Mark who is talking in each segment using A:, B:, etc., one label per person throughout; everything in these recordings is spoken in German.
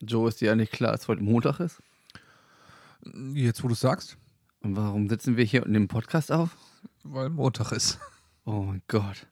A: Joe, ist dir eigentlich klar, dass heute Montag ist?
B: Jetzt, wo du es sagst,
A: Und warum sitzen wir hier und nehmen Podcast auf?
B: weil Montag ist.
A: Oh mein Gott.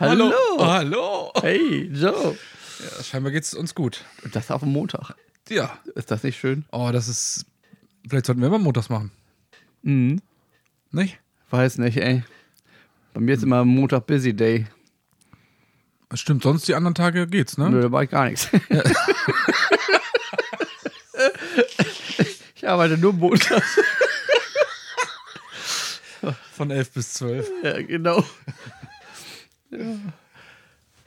A: Hallo.
B: Oh, hallo.
A: Hey, Joe.
B: Ja, scheinbar geht es uns gut.
A: Und das auf dem Montag.
B: Ja.
A: Ist das nicht schön?
B: Oh, das ist. Vielleicht sollten wir immer montags machen.
A: Mhm.
B: Nicht?
A: Weiß nicht, ey. Bei mir ist immer Montag Busy Day.
B: Stimmt, sonst die anderen Tage geht's, ne?
A: Nö, da war ich gar nichts. ich arbeite nur Montag.
B: Von 11 bis 12.
A: Ja, genau. Ja.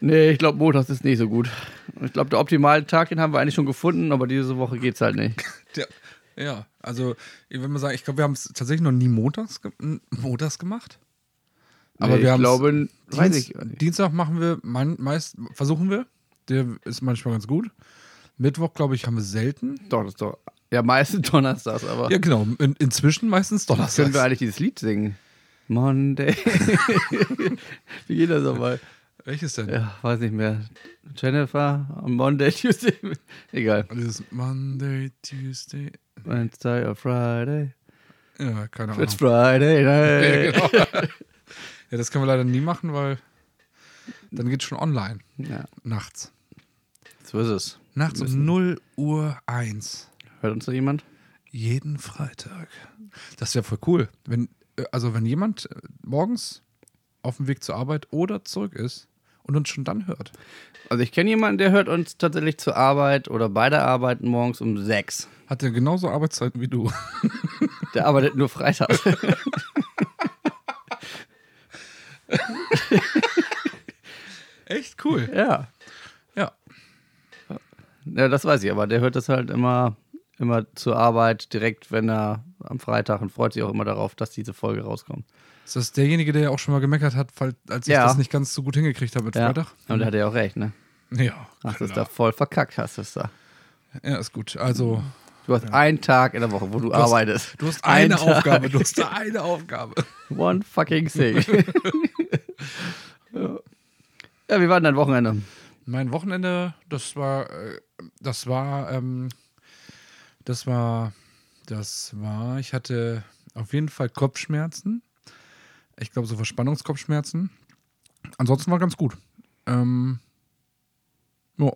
A: Nee, ich glaube, Montags ist nicht so gut. Ich glaube, der optimale Tag, den haben wir eigentlich schon gefunden, aber diese Woche geht's halt nicht.
B: Ja. ja, also ich würde mal sagen, ich glaube, wir haben es tatsächlich noch nie montags, ge m- montags gemacht. Aber
A: nee,
B: wir
A: ich
B: haben's-
A: glaube, weiß ich.
B: Dienst, Dienstag machen wir mein, meist, versuchen wir. Der ist manchmal ganz gut. Mittwoch, glaube ich, haben wir selten.
A: Doch, das ist doch. Ja, meistens Donnerstags, aber
B: Ja, genau. In, inzwischen meistens Donnerstag.
A: können wir eigentlich dieses Lied singen? Monday. Wie geht das nochmal?
B: Welches denn?
A: Ja, weiß nicht mehr. Jennifer, on Monday, Tuesday. Egal.
B: Dieses Monday, Tuesday.
A: Wednesday or Friday.
B: Ja, keine Ahnung.
A: It's Friday
B: ja,
A: night.
B: genau. ja, das können wir leider nie machen, weil dann geht's schon online.
A: Ja,
B: Nachts.
A: so ist es.
B: Nachts um 0 Uhr 1.
A: Hört uns noch jemand?
B: Jeden Freitag. Das wäre voll cool. Wenn, äh, also wenn jemand äh, morgens auf dem Weg zur Arbeit oder zurück ist und uns schon dann hört.
A: Also ich kenne jemanden, der hört uns tatsächlich zur Arbeit oder bei der Arbeit morgens um sechs.
B: Hat er genauso Arbeitszeiten wie du.
A: Der arbeitet nur freitags.
B: Echt cool.
A: ja.
B: Ja.
A: Ja, das weiß ich, aber der hört das halt immer, immer zur Arbeit direkt, wenn er am Freitag und freut sich auch immer darauf, dass diese Folge rauskommt.
B: Ist das derjenige, der auch schon mal gemeckert hat, weil- als ich
A: Ja.
B: das nicht ganz so gut hingekriegt habe mit
A: Ja.
B: Freitag?
A: Und da hat er auch recht, ne?
B: Ja.
A: Hast du es da
B: klar.
A: voll verkackt, hast du es da.
B: ja, ist gut. Also,
A: Du hast einen Tag in der Woche, wo du,
B: hast-
A: arbeitest.
B: du hast eine
A: Einen Tag.
B: Aufgabe. Du hast da eine Aufgabe.
A: One fucking thing. Ja. ja, wie war denn dein Wochenende?
B: Mein Wochenende, das war, äh, das war, ähm, das war, das war, ich hatte auf jeden Fall Kopfschmerzen. Ich glaube, so Verspannungskopfschmerzen. Ansonsten war ganz gut. Ähm, ja,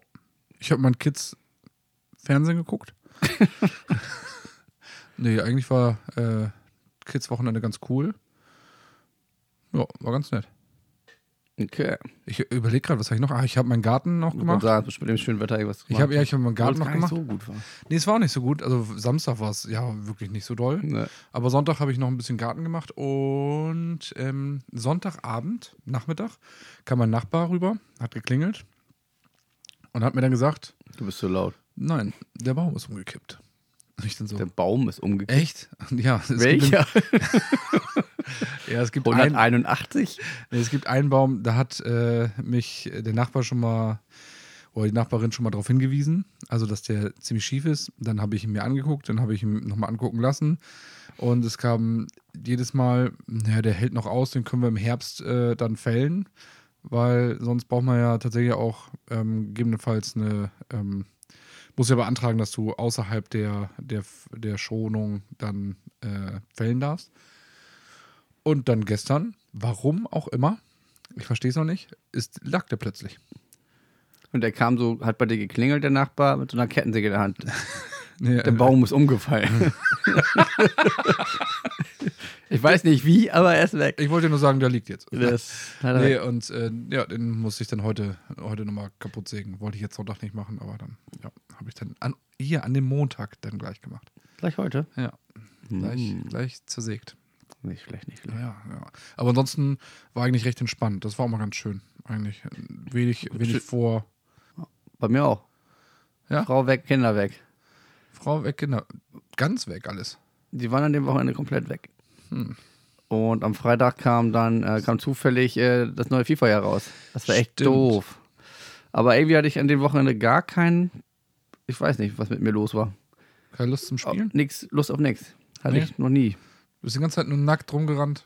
B: ich habe meinen Kids Fernsehen geguckt. nee, eigentlich war äh, Kids Wochenende ganz cool. Ja, war ganz nett.
A: Okay.
B: Ich überlege gerade, was habe ich noch? Ah, ich habe meinen Garten noch
A: Ich wollte
B: gemacht.
A: sagen, hast du mit dem schönen Wetter irgendwas
B: Ich habe ja, ich habe meinen Garten
A: Obwohl
B: noch
A: es gar
B: gemacht.
A: nicht so gut war.
B: Nee, es war auch nicht so gut. Also Samstag war es ja wirklich nicht so doll.
A: Ne.
B: Aber Sonntag habe ich noch ein bisschen Garten gemacht und ähm, Sonntagabend, Nachmittag, kam mein Nachbar rüber, hat geklingelt und hat mir dann gesagt,
A: Du bist so laut.
B: nein, der Baum ist umgekippt. Und ich dann so,
A: Der Baum ist umgekippt.
B: echt? Ja, es
A: Welcher?
B: Gibt, ja, es gibt einen,
A: 181?
B: Nee, Es gibt einen Baum, da hat äh, mich der Nachbar schon mal oder die Nachbarin schon mal darauf hingewiesen, also dass der ziemlich schief ist. Dann habe ich ihn mir angeguckt, dann habe ich ihn nochmal angucken lassen. Und es kam jedes Mal, naja, der hält noch aus, den können wir im Herbst äh, dann fällen, weil sonst braucht man ja tatsächlich auch ähm, gegebenenfalls eine, ähm, muss ja beantragen, dass du außerhalb der, der, der Schonung dann äh, fällen darfst. Und dann gestern, warum auch immer, ich verstehe es noch nicht, ist, lag der plötzlich.
A: Und der kam so, hat bei dir geklingelt, der Nachbar, mit so einer Kettensäge in der Hand.
B: Nee,
A: Der Baum ist umgefallen. ich weiß nicht wie, aber er ist weg.
B: Ich wollte nur sagen, der liegt jetzt.
A: Das hat er
B: Nee,
A: weg.
B: und äh, ja, den musste ich dann heute, heute nochmal kaputt sägen. Wollte ich jetzt Sonntag nicht machen, aber dann ja, habe ich dann an, hier an dem Montag dann gleich gemacht.
A: Gleich heute.
B: Ja, gleich,
A: Hm.
B: gleich zersägt.
A: Nicht schlecht, nicht schlecht.
B: Ja, ja. Aber ansonsten war eigentlich recht entspannt. Das war auch mal ganz schön. eigentlich. Wenig, wenig vor.
A: Bei mir auch.
B: Ja?
A: Frau weg, Kinder weg.
B: Frau weg, Kinder. Ganz weg alles.
A: Die waren an dem Wochenende komplett weg. Hm. Und am Freitag kam dann äh, kam zufällig äh, das neue FIFA jahr raus. Das war echt
B: Stimmt.
A: doof. Aber irgendwie hatte ich an dem Wochenende gar keinen. Ich weiß nicht, was mit mir los war.
B: Keine Lust zum
A: Oh,
B: Spielen.
A: nix, Lust auf nix. Hatte
B: Nee.
A: ich noch nie.
B: Du bist die ganze Zeit nur nackt rumgerannt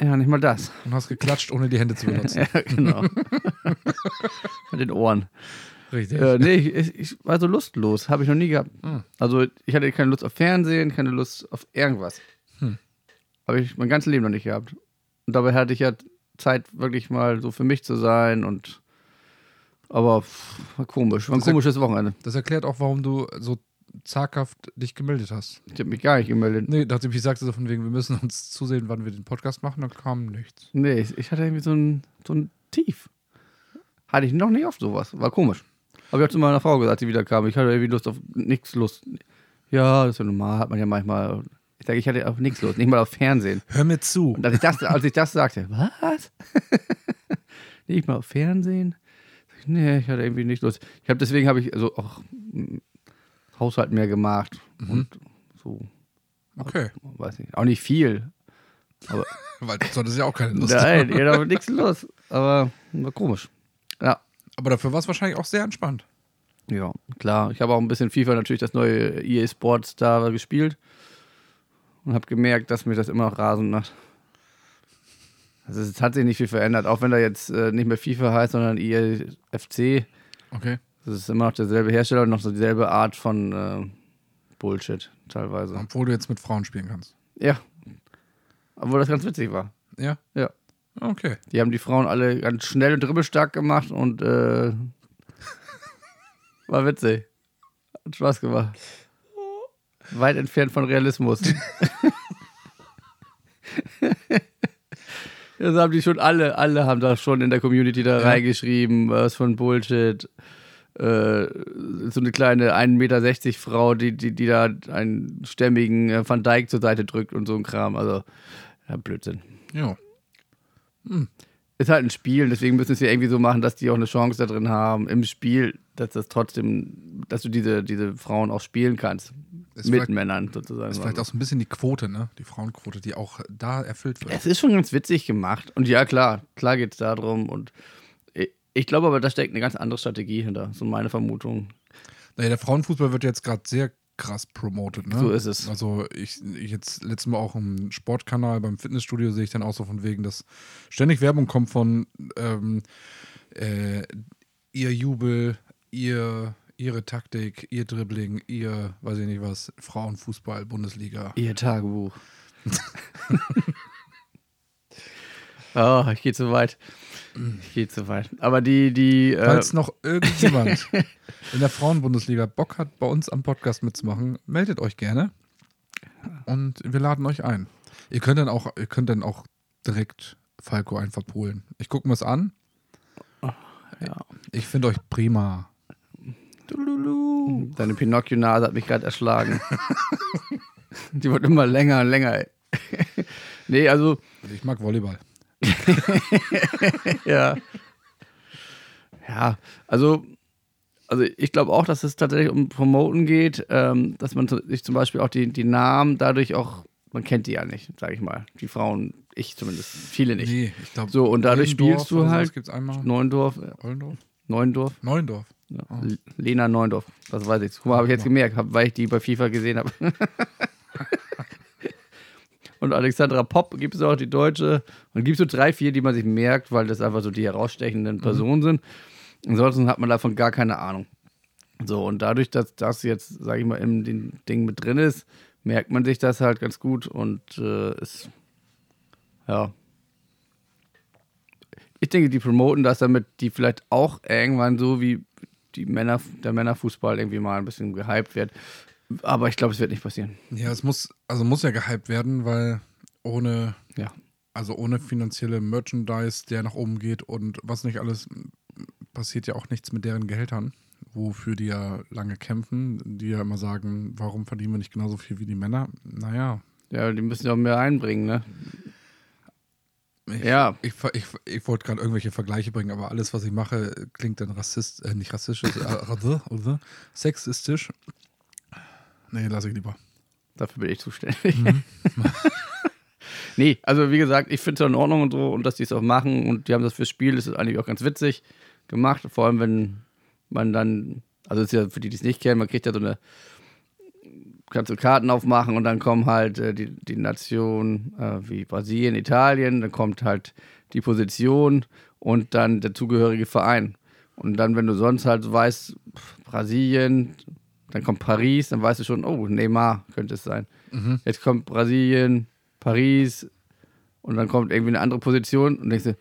A: Ja, nicht mal das.
B: und hast geklatscht, ohne die Hände zu benutzen.
A: Ja, genau. Mit den Ohren.
B: Richtig.
A: Äh, nee, ich, ich war so lustlos. Habe ich noch nie gehabt.
B: Hm.
A: Also, ich hatte keine Lust auf Fernsehen, keine Lust auf irgendwas.
B: Hm.
A: Habe ich mein ganzes Leben noch nicht gehabt. Und dabei hatte ich ja Zeit, wirklich mal so für mich zu sein und. Aber pff, war komisch. War ein
B: Das ist ja-
A: komisches Wochenende.
B: Das erklärt auch, warum du so zaghaft dich gemeldet hast.
A: Ich habe mich gar nicht gemeldet.
B: Nee, nachdem ich sagte, so von wegen, wir müssen uns zusehen, wann wir den Podcast machen, dann kam nichts.
A: Nee, ich, ich hatte irgendwie so ein, so ein Tief. Hatte ich noch nicht oft sowas. War komisch. Aber ich habe zu meiner Frau gesagt, die wieder kam. Ich hatte irgendwie Lust auf nichts Lust. Ja, das ist ja normal, hat man ja manchmal. Ich sage, ich hatte auf nichts Lust, nicht mal auf Fernsehen.
B: Hör mir zu.
A: Und als ich das, als ich das sagte, was? nicht mal auf Fernsehen? Sag ich, Nee, ich hatte irgendwie nicht Lust. Ich habe deswegen habe ich also auch mm, Haushalt mehr gemacht und so,
B: Okay,
A: weiß nicht, auch nicht viel. Aber
B: weil sonst hattest ja auch keine Lust.
A: Nein, ihr habt nichts los. Aber war komisch. Ja.
B: Aber dafür war es wahrscheinlich auch sehr entspannt.
A: Ja, klar. Ich habe auch ein bisschen FIFA natürlich das neue EA Sports da gespielt und habe gemerkt, dass mir das immer noch rasend macht. Also es hat sich nicht viel verändert, auch wenn da jetzt äh, nicht mehr FIFA heißt, sondern E EAFC.
B: Okay.
A: Das ist immer noch derselbe Hersteller und noch so dieselbe Art von äh, Bullshit teilweise.
B: Obwohl du jetzt mit Frauen spielen kannst.
A: Ja. Obwohl das ganz witzig war.
B: Ja?
A: Ja.
B: Okay.
A: Die haben die Frauen alle ganz schnell und dribbelstark gemacht und äh, war witzig. Hat Spaß gemacht. Weit entfernt von Realismus. das haben die schon alle, alle haben da schon in der Community da
B: Ja.
A: reingeschrieben, was von Bullshit. Äh, so eine kleine 1,60 Meter Frau, die, die, die da einen stämmigen äh, Van Dijk zur Seite drückt und so ein Kram. Also, ja, Blödsinn
B: Ja.
A: ist halt ein Spiel, deswegen müssen sie irgendwie so machen, dass die auch eine Chance da drin haben im Spiel, dass das trotzdem, dass du diese, diese Frauen auch spielen kannst.
B: Ist
A: mit
B: vielleicht-
A: Männern sozusagen.
B: Ist vielleicht auch so ein bisschen die Quote, ne? Die Frauenquote, die auch da erfüllt wird.
A: es ist schon ganz witzig gemacht. Und ja, klar, klar geht es darum. Und ich- ich glaube aber, da steckt eine ganz andere Strategie hinter. So meine Vermutung.
B: Naja, der Frauenfußball wird jetzt gerade sehr krass promoted, ne?
A: So ist es.
B: Also ich, ich jetzt letztes Mal auch im Sportkanal beim Fitnessstudio sehe ich dann auch so von wegen, dass ständig Werbung kommt von ähm, äh, ihr Jubel, ihr ihre Taktik, ihr Dribbling, ihr, weiß ich nicht was, Frauenfußball, Bundesliga.
A: Ihr Tagebuch. oh, ich gehe zu weit. Ich gehe zu weit. Aber die, die. Äh,
B: Falls noch irgendjemand in der Frauenbundesliga Bock hat, bei uns am Podcast mitzumachen, meldet euch gerne. Und wir laden euch ein. Ihr könnt dann auch, ihr könnt dann auch direkt Falco einfach polen. Ich gucke mir es an.
A: Ah, ja.
B: Ich finde euch prima.
A: Deine Pinocchio-Nase hat mich gerade erschlagen. Die wird immer länger und länger. Ey. Nee, also,
B: Ich mag Volleyball.
A: ja. Ja, also, also ich glaube auch, dass es tatsächlich um Promoten geht, ähm, dass man zu- sich zum Beispiel auch die, die Namen dadurch auch, man kennt die ja nicht, sage ich mal. Die Frauen, ich zumindest, viele nicht.
B: Nee, ich glaube.
A: So, und dadurch spielst du halt-
B: Gibt's einmal.
A: Neuendorf,
B: Ollendorf?
A: Neuendorf,
B: Neuendorf.
A: ja. L- Lena Neuendorf, das weiß ich. Guck mal, habe ich jetzt gemerkt, hab, weil ich die bei FIFA gesehen habe. und Alexandra Popp gibt es auch, die Deutsche. Und gibt so drei, vier, die man sich merkt, weil das einfach so die herausstechenden Personen sind. Ansonsten hat man davon gar keine Ahnung. So, und dadurch, dass das jetzt, sage ich mal, im den Ding mit drin ist, merkt man sich das halt ganz gut und äh, ist, ja. Ich denke, die promoten das, damit die vielleicht auch irgendwann so wie die Männer, der Männerfußball irgendwie mal ein bisschen gehypt wird. Aber ich glaube, es wird nicht passieren.
B: Ja, es muss, also muss ja gehypt werden, weil ohne,
A: Ja.
B: also ohne finanzielle Merchandise, der nach oben geht und was nicht alles, m, passiert ja auch nichts mit deren Gehältern, wofür die ja lange kämpfen, die ja immer sagen, warum verdienen wir nicht genauso viel wie die Männer? Naja,
A: Ja, die müssen ja auch mehr einbringen, ne?
B: Ich,
A: Ja.
B: Ich, ver- ich, ich wollte gerade irgendwelche Vergleiche bringen, aber alles, was ich mache, klingt dann rassist, äh, nicht rassistisch, äh, rasse- oder sexistisch. Nee, lass ich lieber.
A: Dafür bin ich zuständig. nee, also wie gesagt, ich finde es in Ordnung und so und dass die es auch machen und die haben das fürs Spiel, das ist eigentlich auch ganz witzig gemacht, vor allem wenn man dann, also es ist ja für die, die es nicht kennen, man kriegt ja so eine, kannst du Karten aufmachen und dann kommen halt äh, die, die Nationen äh, wie Brasilien, Italien, dann kommt halt die Position und dann der zugehörige Verein. Und dann, wenn du sonst halt weißt, pff, Brasilien, dann kommt Paris, dann weißt du schon, oh, Neymar könnte es sein. Jetzt kommt Brasilien, Paris und dann kommt irgendwie eine andere Position und denkst du,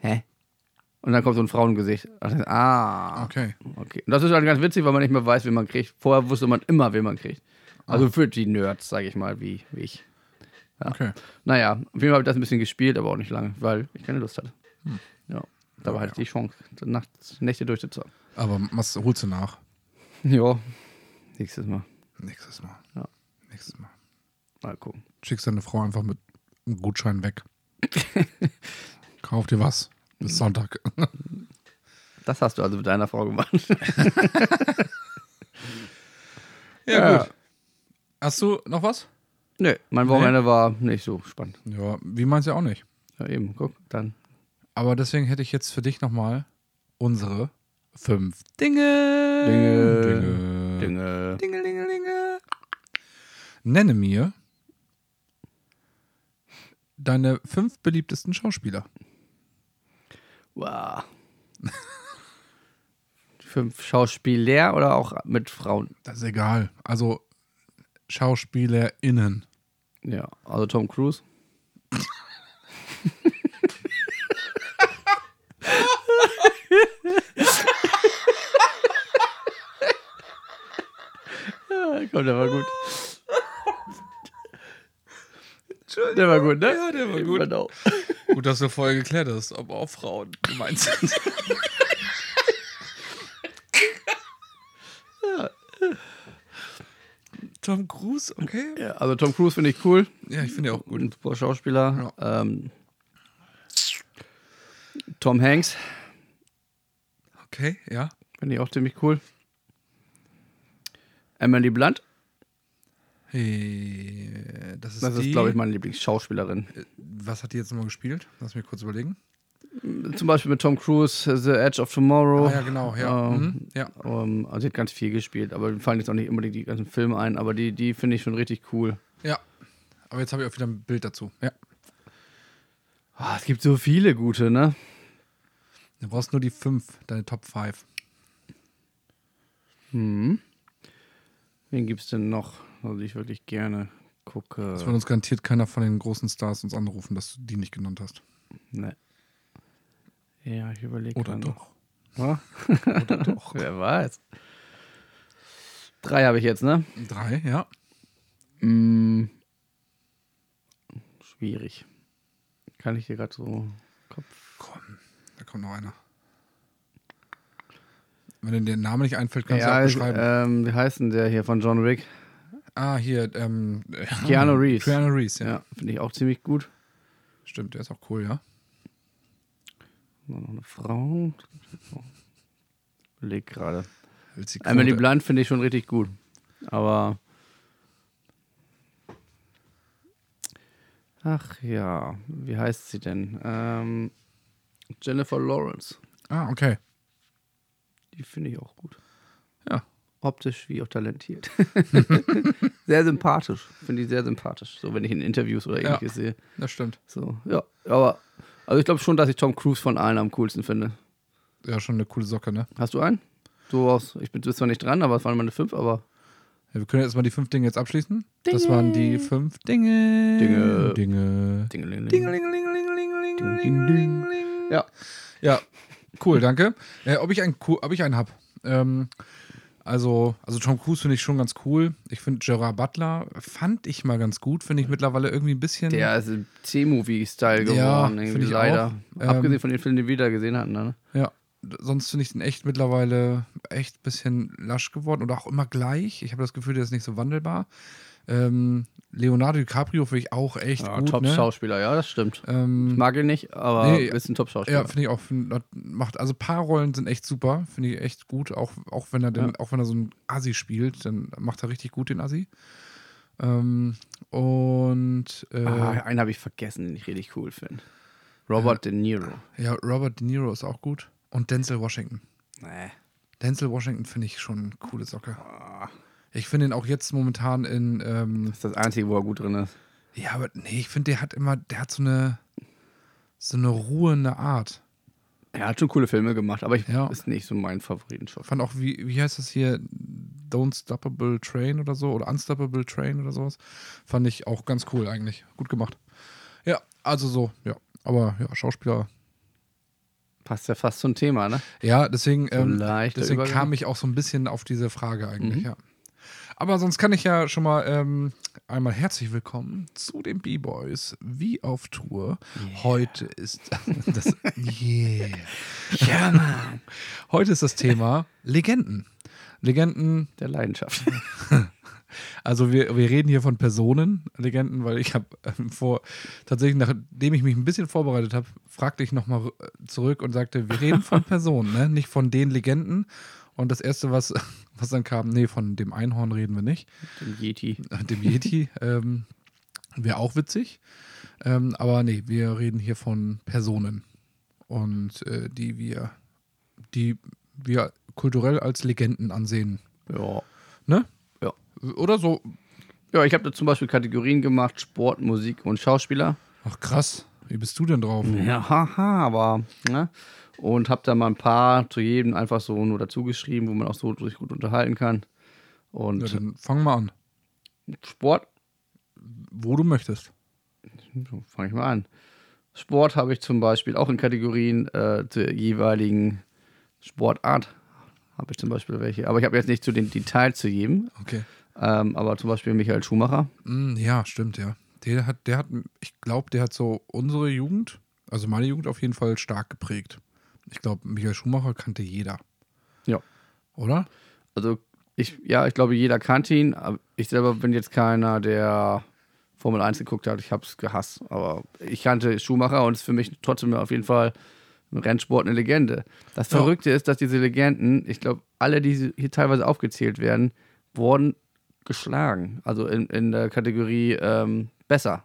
A: hä? Und dann kommt so ein Frauengesicht. Und dann, ah,
B: Okay.
A: okay. Und das ist dann ganz witzig, weil man nicht mehr weiß, wen man kriegt. Vorher wusste man immer, wen man kriegt. Also für die Nerds, sage ich mal, wie, wie ich.
B: Okay.
A: Naja, auf jeden Fall habe ich das ein bisschen gespielt, aber auch nicht lange, weil ich keine Lust hatte. Ja, da war
B: Ja,
A: halt
B: ja.
A: die Chance, nachts, Nächte durchzuzocken.
B: Aber was holst du nach?
A: Ja, nächstes Mal.
B: Nächstes Mal.
A: Ja.
B: Nächstes Mal.
A: Mal gucken.
B: Schickst deine Frau einfach mit einem Gutschein weg. Kauf dir was. Bis Sonntag.
A: Das hast du also mit deiner Frau gemacht.
B: Ja,
A: Ja.
B: gut. Hast du noch was?
A: Nö, mein Wochenende war nicht so spannend.
B: Ja, wie meinst ja auch nicht.
A: Ja, eben, guck, dann.
B: Aber deswegen hätte ich jetzt für dich nochmal unsere fünf Dinge.
A: Dinge.
B: Dinge.
A: Dinge.
B: Dinge, Dinge, Dinge. Nenne mir deine fünf beliebtesten Schauspieler.
A: Wow. Fünf Schauspieler oder auch mit Frauen?
B: Das ist egal. Also SchauspielerInnen.
A: Ja, also Tom Cruise. ja, komm, der war gut. Der war gut, ne?
B: Ja, der war
A: Eben
B: gut.
A: Genau.
B: Gut, dass du vorher geklärt hast, ob auch Frauen gemeint sind. Tom Cruise, okay.
A: Ja, also Tom Cruise finde ich cool.
B: Ja, ich finde ja auch gut.
A: Ein super Schauspieler. Ähm, Tom Hanks
B: Okay, ja.
A: finde ich auch ziemlich cool. Emily Blunt,
B: Hey, das ist,
A: das
B: die,
A: ist, glaube ich, meine Lieblingsschauspielerin.
B: Was hat die jetzt nochmal gespielt? Lass mich kurz überlegen.
A: Zum Beispiel mit Tom Cruise, äh, The Edge of Tomorrow.
B: Ah, ja, genau, ja.
A: Ähm,
B: Mhm, ja.
A: ähm, also sie hat ganz viel gespielt, aber mir fallen jetzt auch nicht unbedingt die ganzen Filme ein, aber die, die finde ich schon richtig cool.
B: Ja. Aber jetzt habe ich auch wieder ein Bild dazu. Ja.
A: Ah, es gibt so viele gute, ne?
B: Du brauchst nur die fünf, deine Top 5.
A: Wen gibt es denn noch, also die ich wirklich gerne gucke?
B: Das wird uns garantiert keiner von den großen Stars uns anrufen, dass du die nicht genannt hast.
A: Ne. Ja, ich überlege
B: Oder doch.
A: Ja?
B: Oder doch.
A: Wer weiß. Drei habe ich jetzt, ne?
B: Drei, ja.
A: Mm. Schwierig. Kann ich dir gerade so Kopf.
B: Komm, da kommt noch einer. Wenn dir der Name nicht einfällt, kannst du auch
A: ist,
B: beschreiben.
A: ähm, wie heißt denn der hier von John Wick?
B: ah, hier, ähm.
A: Keanu Reeves.
B: Keanu Reeves, ja.
A: Ja, finde ich auch ziemlich gut.
B: Stimmt, der ist auch cool, ja.
A: Noch eine Frau. Überleg gerade.
B: Als die Quote-
A: Emily Blunt finde ich schon richtig gut. Aber. Ach ja, wie heißt sie denn? Ähm, Jennifer Lawrence.
B: Ah, okay.
A: Die finde ich auch gut.
B: Ja.
A: Optisch wie auch talentiert. sehr sympathisch. Finde ich sehr sympathisch. So, wenn ich in Interviews oder
B: Ja.
A: ähnliches sehe.
B: Das stimmt.
A: So, ja. Aber, also ich glaube schon, dass ich Tom Cruise von allen am coolsten finde.
B: Ja, schon eine coole Socke, ne?
A: Hast du einen? Du aus, ich bin du bist zwar nicht dran, aber es waren meine fünf, aber
B: Ja, wir können jetzt mal die fünf Dinge jetzt abschließen. Das waren die fünf Dinge.
A: Dinge.
B: Dinge.
A: Dingeling.
B: Dingelingelingelingelingelingeling.
A: Ja.
B: Ja, cool, danke. Äh, ob ich einen, cool- ob ich einen hab? Ähm, also, also Tom Cruise finde ich schon ganz cool. Ich finde Gerard Butler fand ich mal ganz gut. Finde ich mittlerweile irgendwie ein bisschen.
A: Der ist im C-Movie-Style geworden,
B: Ja, finde
A: irgendwie
B: ich
A: leider.
B: auch. Ähm,
A: Abgesehen von den Filmen, die wir da gesehen hatten, ne?
B: Ja. D- Sonst finde ich den echt mittlerweile echt ein bisschen lasch geworden oder auch immer gleich. Ich habe das Gefühl, der ist nicht so wandelbar. Äh, Ähm, Leonardo DiCaprio finde ich auch echt
A: Ja,
B: gut. ne?
A: Top-Schauspieler, ja, das stimmt. Ich
B: ähm,
A: mag ihn nicht, aber
B: Nee,
A: ist ein Top-Schauspieler.
B: Ja, finde ich auch. Find, das macht, also Paarrollen sind echt super, finde ich echt gut. Auch, auch, wenn er den, auch wenn er so einen Assi spielt, dann macht er richtig gut den Assi. Ähm, und äh,
A: ah, einen habe ich vergessen, den ich richtig cool finde. Robert De Niro.
B: ja, Robert De Niro ist auch gut. Und Denzel Washington.
A: Nee.
B: Denzel Washington finde ich schon eine coole Socke. Ich finde ihn auch jetzt momentan in. Ähm,
A: Das ist das Einzige, wo er gut drin ist.
B: ja, aber nee, ich finde, der hat immer, der hat so eine so eine ruhende Art.
A: Er hat schon coole Filme gemacht, aber ich
B: Ja.
A: ist nicht so mein Favoritenschauspieler.
B: fand auch, wie, wie heißt das hier? Don't Stoppable Train oder so oder Unstoppable Train oder sowas. Fand ich auch ganz cool eigentlich. Gut gemacht. Ja, also so, ja. Aber ja, Schauspieler.
A: Passt ja fast zum Thema, ne?
B: Ja, deswegen, ähm,
A: leichter
B: deswegen
A: Übergang. Mhm.
B: kam ich auch so ein bisschen auf diese Frage eigentlich, ja. Aber sonst kann ich ja schon mal ähm, einmal herzlich willkommen zu den B-Boys wie auf Tour. Heute ist das. Yeah.
A: Ja, Mann.
B: Heute ist das Thema Legenden. Legenden
A: Der Leidenschaft.
B: Also wir, wir reden hier von Personen, Legenden, weil ich habe ähm, vor, tatsächlich nachdem ich mich ein bisschen vorbereitet habe, fragte ich nochmal zurück und sagte, wir reden von Personen, ne? nicht von den Legenden. Und das Erste, was, was dann kam, nee, von dem Einhorn reden wir nicht,
A: Dem Yeti.
B: äh, dem Yeti, ähm, wäre auch witzig. Ähm, aber nee, wir reden hier von Personen und äh, die wir, die wir kulturell als Legenden ansehen,
A: Ja.
B: ne?
A: Ja.
B: Oder so.
A: Ja, ich habe da zum Beispiel Kategorien gemacht: Sport, Musik und Schauspieler.
B: Ach krass, wie bist du denn drauf?
A: Ja, haha, aber. Ne? Und habe da mal ein paar zu jedem einfach so nur dazu geschrieben, wo man auch so sich gut unterhalten kann.
B: Ja,
A: Und
B: dann fang mal an,
A: Sport,
B: wo du möchtest.
A: so fange ich mal an. Sport habe ich zum Beispiel auch in Kategorien äh, zur jeweiligen Sportart. Habe ich zum Beispiel welche. Aber ich habe jetzt nicht zu den Details zu jedem.
B: Okay.
A: Ähm, aber zum Beispiel Michael Schumacher.
B: Mm, ja, stimmt, ja. Der hat, der hat, ich glaube, der hat so unsere Jugend, also meine Jugend auf jeden Fall stark geprägt. Ich glaube, Michael Schumacher kannte jeder.
A: Ja.
B: Oder?
A: Also ich, ja, ich glaube, jeder kannte ihn. Aber ich selber bin jetzt keiner, der Formel 1 geguckt hat. Ich habe es gehasst. Aber ich kannte Schumacher und ist für mich trotzdem auf jeden Fall im Rennsport eine Legende. Das
B: Ja.
A: Verrückte ist, dass diese Legenden, ich glaube, alle, die hier teilweise aufgezählt werden, wurden geschlagen. Also in, in der Kategorie ähm, besser.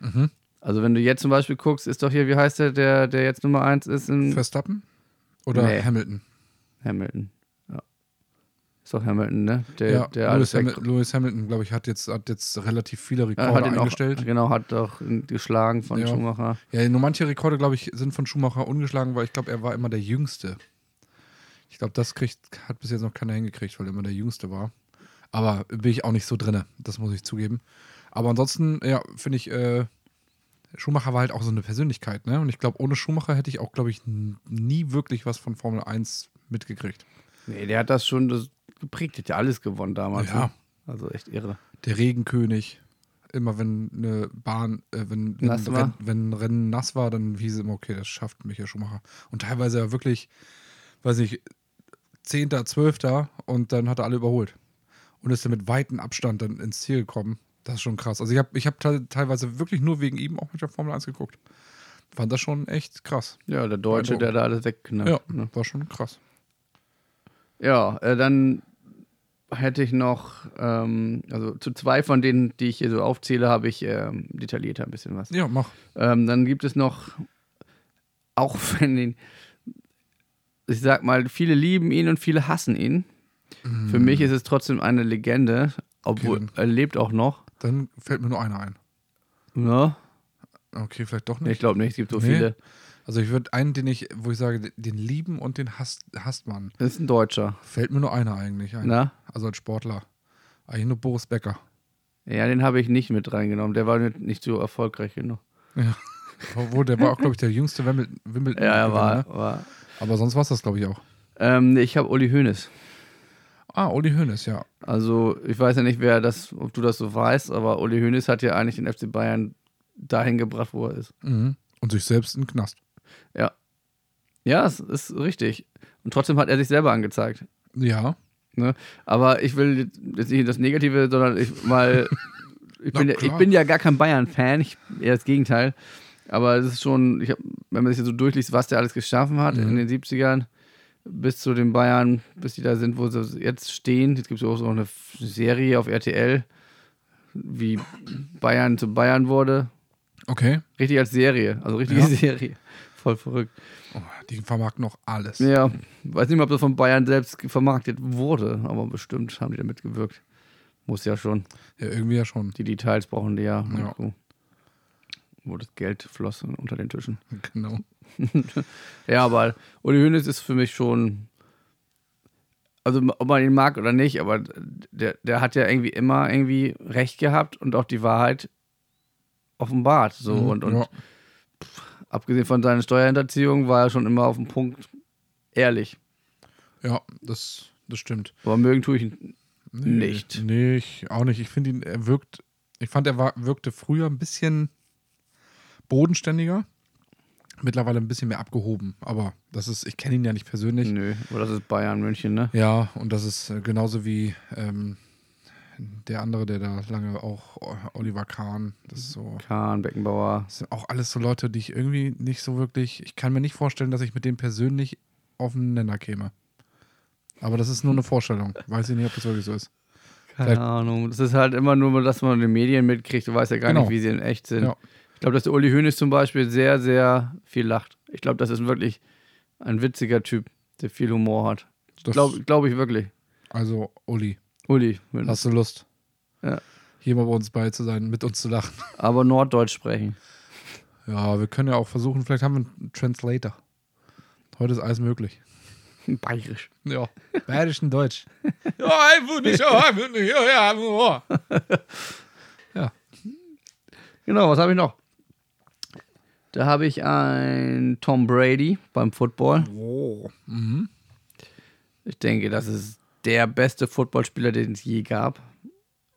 B: Mhm.
A: Also wenn du jetzt zum Beispiel guckst, ist doch hier, wie heißt der, der, der jetzt Nummer 1 ist in
B: Verstappen? Oder
A: Nee.
B: Hamilton?
A: Hamilton. Ja. Ist doch Hamilton, ne? Der, der alles
B: Lewis, Hamil-
A: weg-
B: Lewis Hamilton, glaube ich, hat jetzt, hat jetzt relativ viele
A: Ja,
B: Rekorde
A: hat ihn
B: eingestellt.
A: auch, genau, hat doch ihn geschlagen von
B: Ja.
A: Schumacher.
B: Ja, nur manche Rekorde, glaube ich, sind von Schumacher ungeschlagen, weil ich glaube, er war immer der Jüngste. Ich glaube, das kriegt, hat bis jetzt noch keiner hingekriegt, weil er immer der Jüngste war. Aber bin ich auch nicht so drinne, das muss ich zugeben. Aber ansonsten, ja, finde ich, äh, Schumacher war halt auch so eine Persönlichkeit, ne? Und ich glaube, ohne Schumacher hätte ich auch, glaube ich, n- nie wirklich was von Formel 1 mitgekriegt.
A: Nee, der hat das schon das geprägt, hat ja alles gewonnen damals.
B: Ja.
A: ne? Also echt irre.
B: Der Regenkönig, immer wenn eine Bahn, äh, wenn, wenn,
A: Nass
B: ein
A: war.
B: Renn- wenn ein Rennen nass war, dann hieß es immer, okay, das schafft Michael Schumacher. Und teilweise ja wirklich, weiß nicht, Zehnter, Zwölfter und dann hat er alle überholt. Und ist dann mit weitem Abstand dann ins Ziel gekommen. Das ist schon krass. Also ich habe ich hab te- teilweise wirklich nur wegen ihm auch mit der Formel 1 geguckt. Fand das schon echt krass.
A: Ja, der Deutsche, der da alles wegknallt.
B: Ja,
A: ne?
B: war schon krass.
A: ja äh, dann hätte ich noch, ähm, also zu zwei von denen, die ich hier so aufzähle, habe ich ähm, detaillierter ein bisschen was.
B: Ja, mach.
A: Ähm, dann gibt es noch, auch wenn ihn, ich sag mal, viele lieben ihn und viele hassen ihn. Für mich ist es trotzdem eine Legende, obwohl
B: Okay.
A: er lebt auch noch.
B: Dann fällt mir nur einer ein.
A: Ja,
B: Okay, vielleicht doch
A: nee,
B: nicht.
A: Ne? ich glaube nicht, es gibt so
B: Nee.
A: viele.
B: Also ich würde einen, den ich, wo ich sage, den lieben und den hasst, hasst man.
A: Das ist ein Deutscher.
B: Fällt mir nur einer eigentlich ein.
A: Na?
B: Also als Sportler. Eigentlich nur Boris Becker.
A: Ja, den habe ich nicht mit reingenommen. Der war nicht- nicht so erfolgreich genug.
B: Ja. Obwohl, der war auch, glaube ich, der jüngste Wimbledon. Wimbledon
A: Ja, er
B: ne?
A: war. war.
B: Aber sonst war es das, glaube ich, auch.
A: Ähm, nee, ich habe Uli Hoeneß.
B: Ah, Uli Hoeneß, ja.
A: Also, ich weiß ja nicht, wer das, ob du das so weißt, aber Uli Hoeneß hat ja eigentlich den FC Bayern dahin gebracht, wo er ist.
B: Mhm. Und sich selbst in den Knast.
A: Ja, es ist richtig. Und trotzdem hat er sich selber angezeigt.
B: Ja.
A: Ne? Aber ich will jetzt nicht das Negative, sondern ich mal. Ich
B: Na
A: bin, ja, ich
B: klar.
A: bin ja gar kein Bayern-Fan, ich- eher das Gegenteil. Aber es ist schon, ich hab, wenn man sich so durchliest, was der alles geschaffen hat
B: Mhm.
A: in den 70ern bis zu den Bayern, bis die da sind, wo sie jetzt stehen. Jetzt gibt es auch so eine Serie auf RTL, wie Bayern zu Bayern wurde.
B: Okay.
A: Richtig als Serie, also richtige
B: Ja.
A: Serie. Voll verrückt.
B: Oh, die vermarkten noch alles.
A: Ja, weiß nicht mal, ob das von Bayern selbst ge- vermarktet wurde, aber bestimmt haben die da mitgewirkt. Muss ja schon.
B: Ja, irgendwie ja schon.
A: Die Details brauchen die ja.
B: Ja.
A: Marco. Wo das Geld floss unter den Tischen.
B: Genau.
A: Ja, aber Uli Hoeneß ist für mich schon. Also, ob man ihn mag oder nicht, aber der, der hat ja irgendwie immer irgendwie recht gehabt und auch die Wahrheit offenbart. So. Und, und
B: ja.
A: abgesehen von seinen Steuerhinterziehungen war er schon immer auf den Punkt ehrlich.
B: ja, das, das stimmt.
A: Aber mögen tue ich ihn Nicht.
B: Nee, ich auch nicht. Ich finde ihn, er wirkt, ich fand, er war, wirkte früher ein bisschen bodenständiger. Mittlerweile ein bisschen mehr abgehoben. Aber das ist, ich kenne ihn ja nicht persönlich.
A: Nö, aber das ist Bayern München, ne?
B: Ja, und das ist äh, genauso wie ähm, der andere, der da lange auch, O- Oliver Kahn, das ist so.
A: Kahn, Beckenbauer.
B: Das sind auch alles so Leute, die ich irgendwie nicht so wirklich. Ich kann mir nicht vorstellen, dass ich mit denen persönlich auf den Nenner käme. Aber das ist nur eine Vorstellung. Weiß ich nicht, ob das wirklich so ist.
A: Keine
B: Vielleicht-
A: Ahnung. Das ist halt immer nur, dass man in den Medien mitkriegt. Du weißt ja gar
B: Genau.
A: nicht, wie sie in echt sind.
B: Ja.
A: Ich glaube, dass der Uli Hoeneß zum Beispiel sehr, sehr viel lacht. Ich glaube, das ist wirklich ein witziger Typ, der viel Humor hat.
B: Das,
A: Glaube glaub ich wirklich.
B: also, Uli,
A: Uli.
B: hast du Lust,
A: Ja.
B: hier mal bei uns bei zu sein, mit uns zu lachen?
A: Aber Norddeutsch sprechen.
B: Ja, wir können ja auch versuchen, vielleicht haben wir einen Translator. Heute ist alles möglich.
A: Bayerisch.
B: Ja, bayerischen Deutsch. ja, einfach nicht, ja, einfach nicht, ja, ja, einfach nicht.
A: Genau, was habe ich noch? Da habe ich ein Tom Brady beim Football. Mhm.
B: Oh.
A: Ich denke, das ist der beste Footballspieler, den es je gab.
B: Mhm.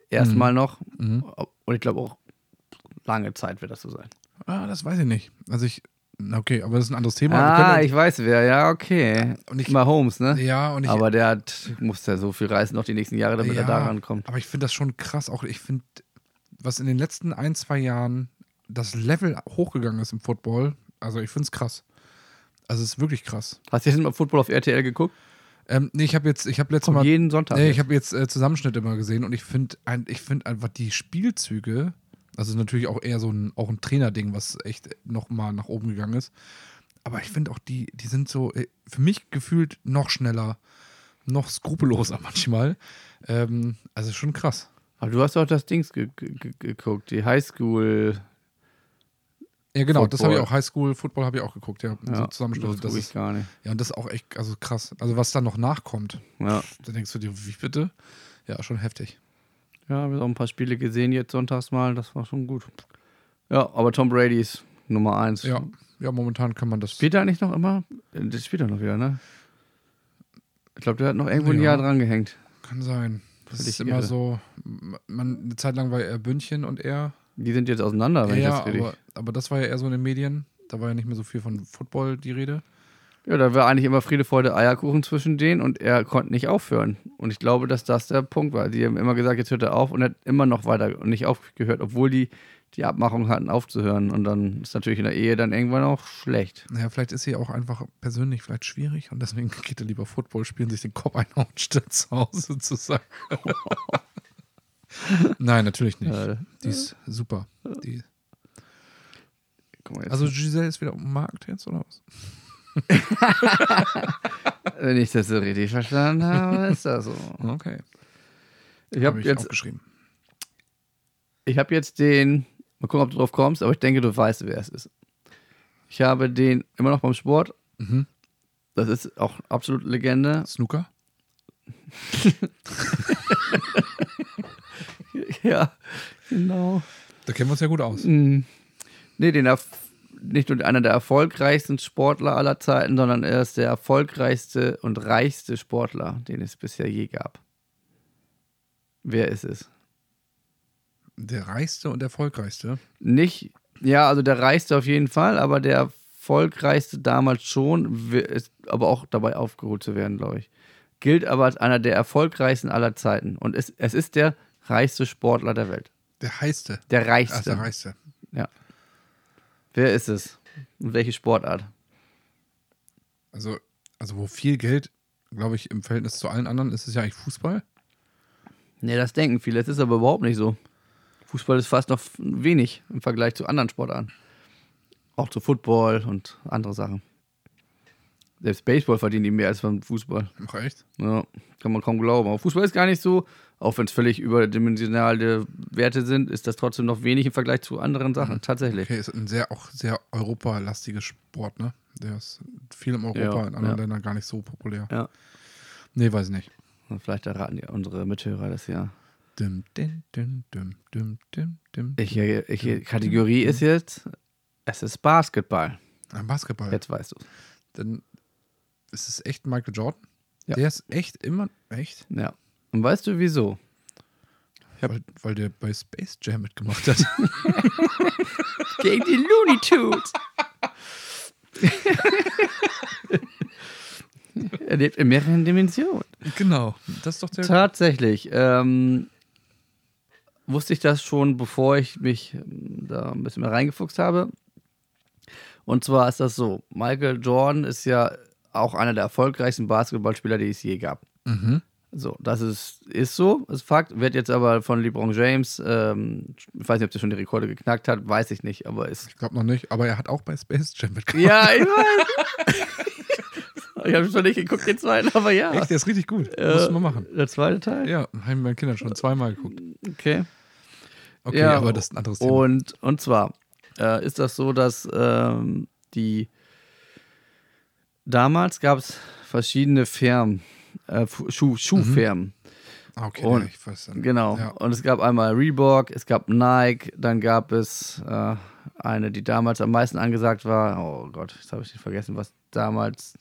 A: Erstmal noch. Und ich glaube auch, lange Zeit wird das so sein.
B: Ah, das weiß ich nicht. Also ich, na, okay, aber das ist ein anderes Thema. Wir
A: Ah,
B: können-
A: ich weiß wer. Ja, okay.
B: Und ich-
A: Mahomes, ne?
B: ja, und ich,
A: aber der hat, muss ja so viel reißen noch die nächsten Jahre, damit
B: ja,
A: er da rankommt.
B: Aber ich finde das schon krass. Auch ich finde, was in den letzten ein, zwei Jahren das Level hochgegangen ist im Football. Also ich finde es krass. Also es ist wirklich krass.
A: Hast du jetzt mal Football auf RTL geguckt?
B: Ähm, nee, ich habe jetzt, ich habe letztes
A: Kommt
B: Mal,
A: jeden Sonntag.
B: nee,
A: jetzt.
B: ich habe jetzt äh, Zusammenschnitt immer gesehen und ich finde, ein, ich finde einfach die Spielzüge. Also natürlich auch eher so ein, auch ein Trainerding, was echt noch mal nach oben gegangen ist. Aber ich finde auch die, die sind so äh, für mich gefühlt noch schneller, noch skrupelloser manchmal. Ähm, also schon krass.
A: aber du hast doch das Dings ge ge ge geguckt, die Highschool.
B: Ja, genau, das habe ich
A: Football.
B: auch. Highschool, Football habe ich auch geguckt, ja. so Zusammenschnitte.
A: das
B: Das
A: gucke ich
B: ist,
A: gar nicht.
B: ja, und das ist auch echt, also krass. Also was da noch nachkommt,
A: Ja,
B: da denkst du dir, wie bitte? Ja, schon heftig.
A: ja habe auch ein paar Spiele gesehen jetzt sonntags mal, das war schon gut. Ja, aber Tom Brady ist Nummer eins.
B: Ja, ja momentan kann man das.
A: Spielt er eigentlich noch immer? Das spielt er noch wieder, ne? Ich glaube, der hat noch irgendwo ein
B: Ja.
A: Jahr dran gehängt.
B: Kann sein. Das
A: Völlig
B: ist immer
A: irre.
B: so, man, eine Zeit lang war er Bündchen und er.
A: Die sind jetzt auseinander, wenn ich
B: Ja,
A: das richtig.
B: aber, aber das war ja eher so in den Medien. Da war ja nicht mehr so viel von Football die Rede.
A: Ja, da war eigentlich immer Friede, Freude, Eierkuchen zwischen denen und er konnte nicht aufhören. Und ich glaube, dass das der Punkt war. Die haben immer gesagt, jetzt hört er auf und er hat immer noch weiter und nicht aufgehört, obwohl die die Abmachung hatten, aufzuhören. Und dann ist natürlich in der Ehe dann irgendwann auch schlecht.
B: Naja, vielleicht ist sie auch einfach persönlich vielleicht schwierig und deswegen geht er lieber Football spielen, sich den Kopf einhauen, statt zu Hause zu sein. Nein, natürlich nicht.
A: Äh,
B: Die ist super. Die,
A: guck mal jetzt.
B: also Giselle ist wieder auf dem Markt jetzt, oder was?
A: wenn ich das so richtig verstanden habe, ist das so.
B: Okay.
A: Ich habe
B: ich
A: jetzt,
B: aufgeschrieben.
A: ich hab jetzt den, mal gucken, ob du drauf kommst, aber ich denke, du weißt, wer es ist. Ich habe den immer noch beim Sport.
B: Mhm.
A: Das ist auch absolut Legende.
B: Snooker?
A: Ja, genau.
B: Da kennen wir uns ja gut aus.
A: Mm. Nee, den Erf nicht nur einer der erfolgreichsten Sportler aller Zeiten, sondern er ist der erfolgreichste und reichste Sportler, den es bisher je gab. Wer ist es?
B: Der reichste und erfolgreichste.
A: Nicht, ja, also der reichste auf jeden Fall, aber der erfolgreichste damals schon, wi- ist aber auch dabei aufgeholt zu werden, glaube ich. gilt aber als einer der erfolgreichsten aller Zeiten und es, es ist der reichste Sportler der Welt.
B: Der heißte.
A: Der
B: Ach,
A: reichste.
B: der reichste.
A: ja. Wer ist es? Und welche Sportart?
B: Also, also wo viel Geld, glaube ich, im Verhältnis zu allen anderen ist es ja eigentlich Fußball.
A: Nee, das denken viele. Es ist aber überhaupt nicht so. Fußball ist fast noch wenig im Vergleich zu anderen Sportarten. Auch zu Football und andere Sachen. Selbst Baseball verdienen die mehr als beim Fußball.
B: Recht.
A: Ja, kann man kaum glauben. Aber Fußball ist gar nicht so, auch wenn es völlig überdimensionale Werte sind, ist das trotzdem noch wenig im Vergleich zu anderen Sachen. Tatsächlich.
B: Okay, ist ein sehr, auch sehr europalastiger Sport, ne? Der ist viel im Europa,
A: Ja,
B: in anderen
A: ja.
B: Ländern gar nicht so populär.
A: Ja.
B: Nee, weiß nicht.
A: Vielleicht erraten die unsere Mithörer das ja.
B: Dim, dim, dim, dim, dim, dim, dim.
A: Ich, ich, Kategorie ist jetzt, es ist Basketball.
B: Ein Basketball.
A: Jetzt weißt du es.
B: Dann ist es echt Michael Jordan.
A: Ja.
B: Der ist echt immer, echt?
A: Ja. Und weißt du wieso?
B: Weil, weil der bei Space Jam mitgemacht hat.
A: Gegen die Looney Tunes. er lebt in mehreren Dimensionen.
B: genau. Das ist doch der.
A: Tatsächlich. Ähm, wusste ich das schon, bevor ich mich ähm, da ein bisschen mehr reingefuchst habe. Und zwar ist das so: Michael Jordan ist ja auch einer der erfolgreichsten Basketballspieler, die es je gab.
B: Mhm.
A: So, das ist, ist so, ist Fakt. Wird jetzt aber von LeBron James, ähm, ich weiß nicht, ob der schon die Rekorde geknackt hat, weiß ich nicht, aber ist
B: Ich glaube noch nicht, aber er hat auch bei Space Jam mitgemacht.
A: Ja, ich weiß. ich habe schon nicht geguckt, den zweiten, aber ja.
B: Echt, der ist richtig gut.
A: Äh,
B: Muss man machen.
A: Der zweite Teil?
B: Ja, haben meine Kinder schon zweimal geguckt.
A: Okay.
B: Okay,
A: Ja,
B: aber das ist ein anderes Thema.
A: Und, und zwar äh, ist das so, dass ähm, die damals gab es verschiedene Firmen, äh, Fu- Schuh, Schuhfirmen.
B: Ah, okay,
A: und-
B: ja, ich weiß dann.
A: Genau.
B: Ja.
A: Und es gab einmal Reebok, es gab Nike, dann gab es äh, eine, die damals am meisten angesagt war. Oh Gott, jetzt habe ich nicht vergessen, was damals.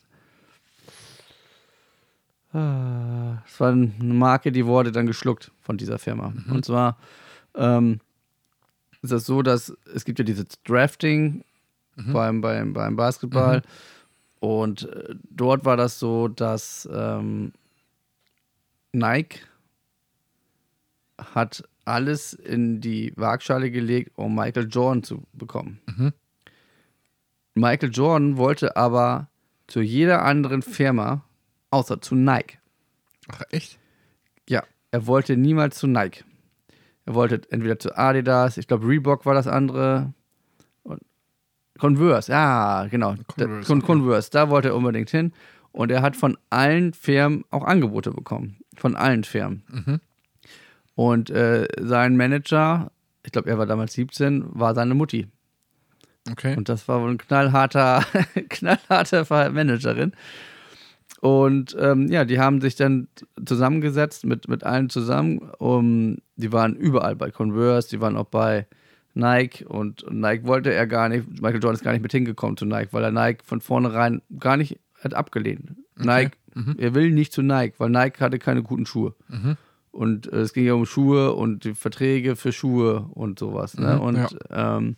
A: Ah, Es war eine Marke, die wurde dann geschluckt von dieser Firma. Und zwar ähm, ist das so, dass es gibt ja dieses Drafting beim, beim, beim Basketball. Und äh, dort war das so, dass ähm, Nike hat alles in die Waagschale gelegt, um Michael Jordan zu bekommen.
B: Mhm.
A: Michael Jordan wollte aber zu jeder anderen Firma, außer zu Nike.
B: Ach, echt?
A: Ja, er wollte niemals zu Nike. Er wollte entweder zu Adidas, ich glaube Reebok war das andere. Und Converse, ja, genau.
B: Converse,
A: Da- Con
B: okay.
A: Converse, da wollte er unbedingt hin. Und er hat von allen Firmen auch Angebote bekommen. Von allen Firmen.
B: Mhm.
A: Und äh, sein Manager, ich glaube, er war damals 17, war seine Mutti.
B: Okay.
A: Und das war wohl ein knallharter, knallharter Ver- Managerin. Und ähm, ja, die haben sich dann zusammengesetzt mit, mit allen zusammen. Um, die waren überall bei Converse, die waren auch bei Nike und Nike wollte er gar nicht, Michael Jordan ist gar nicht mit hingekommen zu Nike, weil er Nike von vornherein gar nicht hat abgelehnt. Nike,
B: mhm.
A: er will nicht zu Nike, weil Nike hatte keine guten Schuhe. Und äh, es ging ja um Schuhe und die Verträge für Schuhe und sowas. Ne?
B: Mhm,
A: und
B: ja.
A: ähm,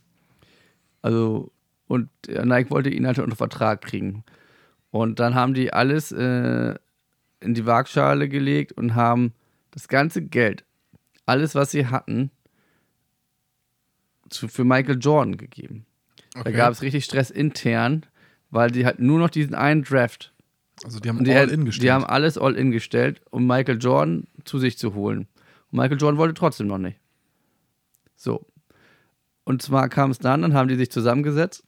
A: also, und äh, Nike wollte ihn halt unter Vertrag kriegen. Und dann haben die alles äh, in die Waagschale gelegt und haben das ganze Geld, alles, was sie hatten, zu, für Michael Jordan gegeben.
B: okay.
A: Da gab es richtig Stress intern, weil die halt nur noch diesen einen Draft.
B: also die haben
A: Und die,
B: all in gestellt.
A: die haben alles all in gestellt, um Michael Jordan zu sich zu holen. Und Michael Jordan wollte trotzdem noch nicht. So. Und zwar kam es dann, dann haben die sich zusammengesetzt